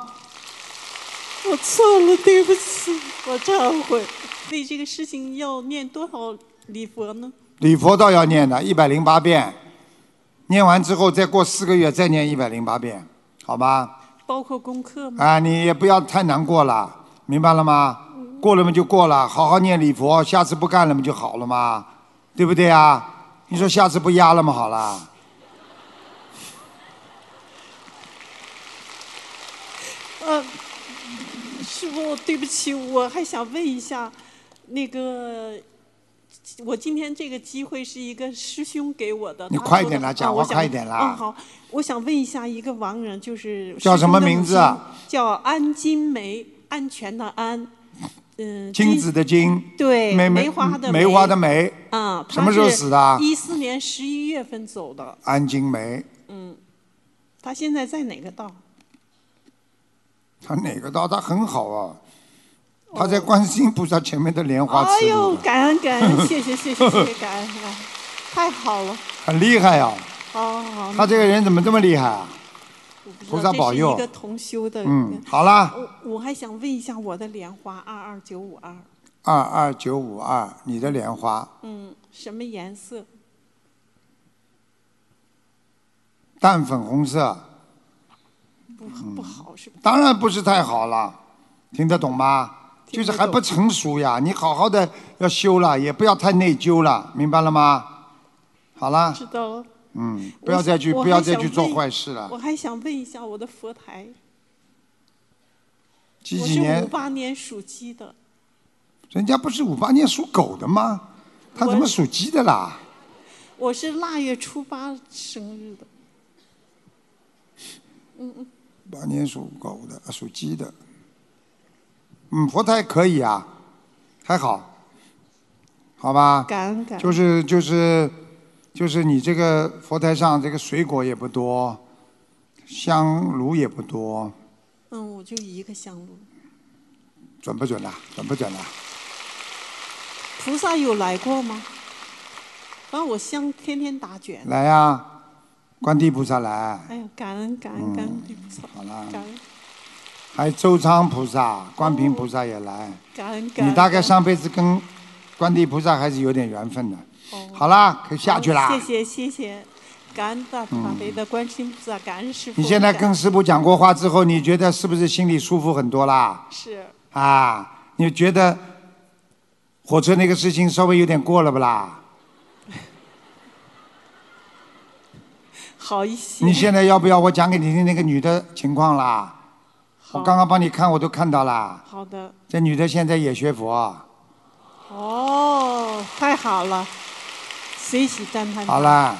L: 我错了，对不起，我忏悔。为这个事情要念多少礼佛呢？
B: 礼佛倒要念的，一百零八遍，念完之后再过四个月再念一百零八遍，好吧？
L: 包括功课吗？
B: 啊，你也不要太难过了，明白了吗？过了嘛就过了，好好念礼佛，下次不干了嘛就好了嘛，对不对啊？你说下次不压了嘛好了，
L: 呃，师傅，对不起，我还想问一下，那个，我今天这个机会是一个师兄给我的。
B: 你
L: 他
B: 快
L: 说
B: 点
L: 的
B: 啦
L: 啊
B: 讲话
L: 我想
B: 快点啦
L: 嗯，好，我想问一下一个亡人，就是
B: 叫
L: 师
B: 什
L: 兄
B: 么
L: 的母
B: 名字啊
L: 亲？叫安金梅，安全的安，嗯，
B: 金子的金，
L: 对，
B: 梅
L: 梅花的
B: 梅花的梅，
L: 啊，
B: 什么时候死的啊
L: 一四年十一月份走的，
B: 安金梅，
L: 嗯，他现在在哪个道？
B: 他哪个道？他很好啊，他在观世音菩萨前面的莲花
L: 哎
B: 池里
L: 呦，
B: 的，
L: 感恩感恩，谢谢谢谢谢谢感恩，哎太好了，
B: 很厉害啊呀、
L: 好哦好好。
B: 他这个人怎么这么厉害啊？
L: 我不知道
B: 菩萨保佑
L: 这是一个同修的。
B: 嗯好啦
L: 我我还想问一下我的莲花二二九五二，
B: 二二九五二，你的莲花，
L: 嗯，什么颜色？
B: 淡粉红色，
L: 不
B: 嗯
L: 不好是吧？
B: 当然不是太好了，听得懂吗？就是还不成熟呀，你好好的要修了，也不要太内疚了，明白了吗？好了，
L: 知道了。
B: 嗯，
L: 我
B: 不要再去
L: 我
B: 不要
L: 还
B: 再
L: 想
B: 去做
L: 问
B: 坏事了
L: 我。还想问一下我的佛台，
B: 几
L: 我
B: 几
L: 是五
B: 年？
L: 八年属鸡的，
B: 人家不是五八年属狗的吗？他怎么属鸡的啦？
L: 我是腊月初八生日的。嗯嗯，
B: 八年属狗的，啊属鸡的。嗯，佛台可以啊，还好，好吧？
L: 感恩感恩。
B: 啊就是就是就是你这个佛台上这个水果也不多，香炉也不多，
L: 嗯，我就一个香炉。
B: 准不准呐、啊准不准呐、
L: 菩萨有来过吗？反正我香天天打卷。
B: 来呀、观地菩萨来，
L: 哎呀，感恩感恩感恩地菩萨，
B: 嗯好啦，
L: 感恩
B: 还有周仓菩萨、观平菩萨也来。
L: 感恩感恩。
B: 你大概上
L: 辈
B: 辈子跟观地菩萨还是有点缘分的。好啦，可以下去啦。
L: 哦
B: 嗯
L: 谢谢谢谢，感恩大慈大悲的观世音菩萨，感恩师傅。
B: 你现在
L: 感
B: 跟师傅讲过话之后，你觉得是不是心里舒服很多啦？
L: 是
B: 啊，你觉得火车那个事情稍微有点过了不啦？
L: 好一些。
B: 你现在要不要我讲给你听那个女的情况啦？我刚刚帮你看，我都看到啦。
L: 好的
B: 这女的现在也学佛，
L: 哦，太好了，随喜赞叹。
B: 好啦，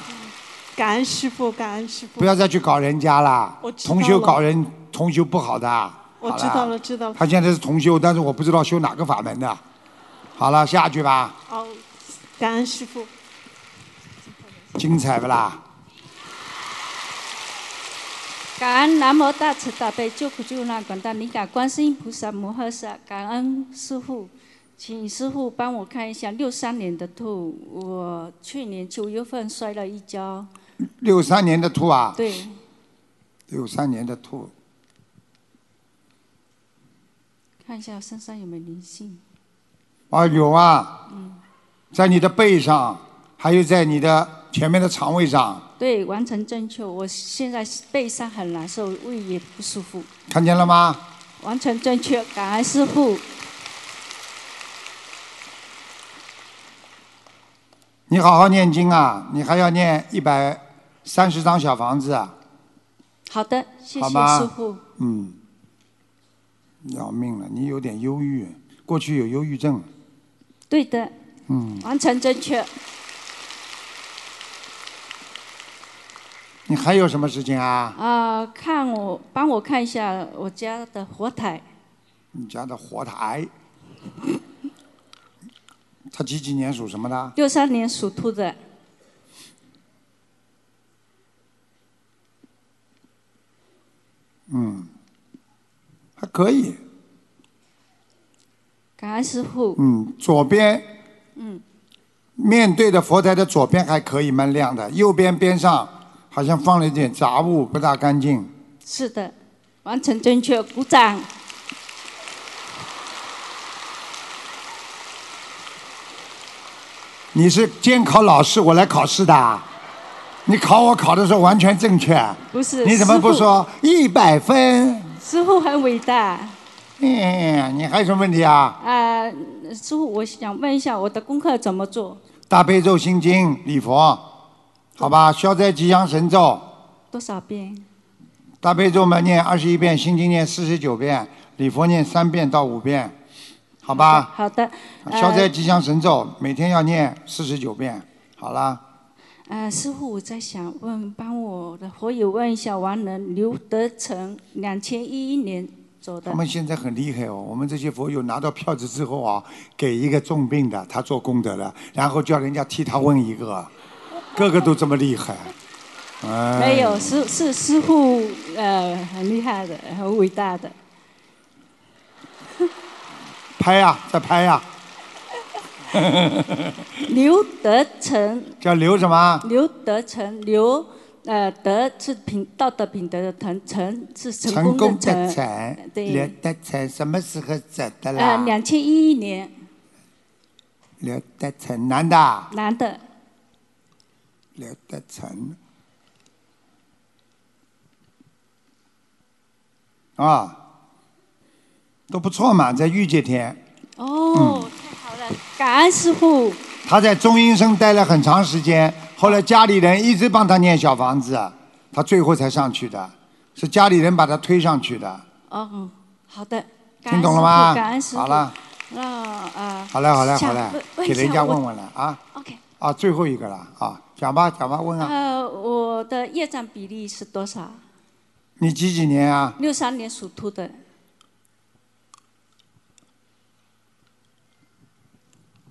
L: 感恩师傅，感恩师傅。
B: 不要再去搞人家啦
L: 我。知道
B: 同修
L: 了
B: 搞人，同修不好的。
L: 我
B: 好
L: 知道
B: 啦
L: 了，知道了。
B: 他现在是同修，但是我不知道修哪个法门的。好了，下去吧，
L: 哦，感恩师傅。
B: 精彩不啦？
M: 感恩南无大慈大悲救苦救难广大灵感观世音菩萨摩诃萨，感恩师傅，请师傅帮我看一下六三年的兔，我去年九月份摔了一跤，
B: 六三年的兔啊，
M: 对，
B: 六三年的兔，
M: 看一下身上有没有灵性，
B: 啊有啊，
M: 嗯，
B: 在你的背上，还有在你的前面的肠胃上，
M: 对，完成正确，我现在背上很难受，胃也不舒服，
B: 看见了吗？
M: 完全正确，感恩师傅，
B: 你好好念经啊，你还要念一百三十张小房子啊，
M: 好的，谢谢
B: 好吧
M: 师傅，
B: 嗯，要命了，你有点忧郁，过去有忧郁症，
M: 对的，
B: 嗯，
M: 完全正确，
B: 你还有什么事情啊？
M: 啊、看我帮我看一下我家的火台。
B: 你家的火台，他几几年属什么的？
M: 六三年属兔的，
B: 嗯，还可以，
M: 感恩师傅。
B: 嗯，左边
M: 嗯，
B: 面对的佛台的左边还可以，蛮亮的，右边边上好像放了一点杂物，不大干净。
M: 是的，完成正确，鼓掌。
B: 你是监考老师，我来考试的啊，你考我考的时候完全正确，
M: 不是
B: 你怎么不
M: 师傅
B: 说一百分？
M: 师傅很伟大。
B: 嗯，你还有什么问题啊？
M: 啊、师傅，我想问一下，我的功课怎么做？
B: 大悲咒心经礼佛，好吧，消灾吉祥神咒。
M: 多少遍？
B: 大悲咒嘛念二十一遍，心经念四十九遍，礼佛念三遍到五遍，好吧？
M: 好的。呃
B: 消灾吉祥神咒每天要念四十九遍，好啦。
M: 呃，师傅，我在想问，帮我的火友问一下王人刘德成，两千一一年走的
B: 他。们现在很厉害哦，我们这些佛友拿到票子之后啊，给一个重病的他做功德了，然后叫人家替他问一个，个个都这么厉 害。哎
M: 没有，是是师傅，呃，很厉害的，很伟大的。
B: 拍呀、再拍 呀、
M: 刘德成，
B: 叫刘什么？
M: 刘德成，刘呃德是品道德品德的成，成是
B: 成
M: 成
B: 功
M: 功
B: 的
M: 的成。
B: 成，
M: 对
B: 刘德成什么时候走的
M: 呃，
B: 啦？
M: 两千一一年，
B: 刘德成，男的啊。
M: 男的，
B: 刘德成。啊，都不错嘛，在御界天，
M: 哦，太好了，感恩师傅。
B: 他在中阴身待了很长时间，后来家里人一直帮他念小房子，他最后才上去的，是家里人把他推上去的，
M: 哦，好的，感恩
B: 听懂了
M: 师父
B: 吗
M: 感恩师？傅。
B: 好了，
M: 那啊，
B: 好了，好了，好
M: 想
B: 了
M: 问，
B: 给人家问。
M: 问一
B: 问
M: 下
B: 了啊。
M: OK。
B: 啊，最后一个了啊，讲吧，讲吧，问
M: 我
B: 啊，
M: 呃，我的业障比例是多少？
B: 你几几年啊？
M: 六三年属兔的，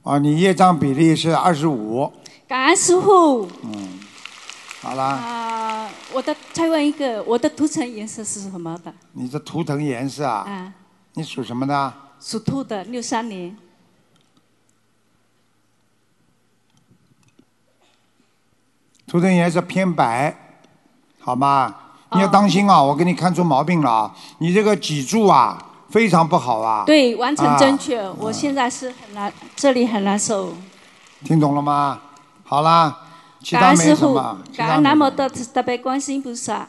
B: 啊，你业障比例是二十五，
M: 感恩师傅。
B: 嗯，好啦。
M: 啊、我的再问一个，我的涂层颜色是什么的？
B: 你这图腾颜色啊？
M: 啊，
B: 你属什么的？
M: 属兔的，六三年。
B: 图腾颜色偏白，好吗？
M: 哦
B: 你要当心啊！我给你看出毛病了啊！你这个脊柱啊，非常不好啊。
M: 对，完全
B: 啊
M: 正确。我现在是很难，这里很难受。
B: 听懂了吗？好啦，其
M: 感
B: 他
M: 恩
B: 没
M: 师
B: 什
M: 傅
B: 么。，其
M: 感
B: 他
M: 恩
B: 没
M: 南无大慈大悲观世音菩萨，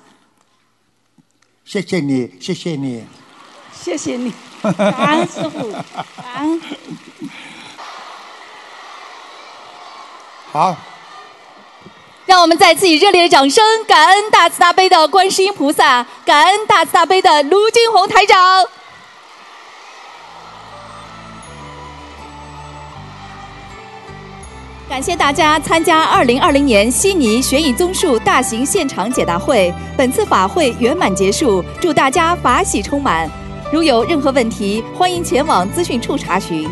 B: 谢谢你，谢谢你。
M: 谢谢你，感恩师傅，感恩。
B: 好，
A: 让我们再次以热烈的掌声，感恩大慈大悲的观世音菩萨，感恩大慈大悲的卢军红台长。感谢大家参加2020年悉尼悬疑综述大型现场解答会，本次法会圆满结束，祝大家法喜充满。如有任何问题，欢迎前往资讯处查询。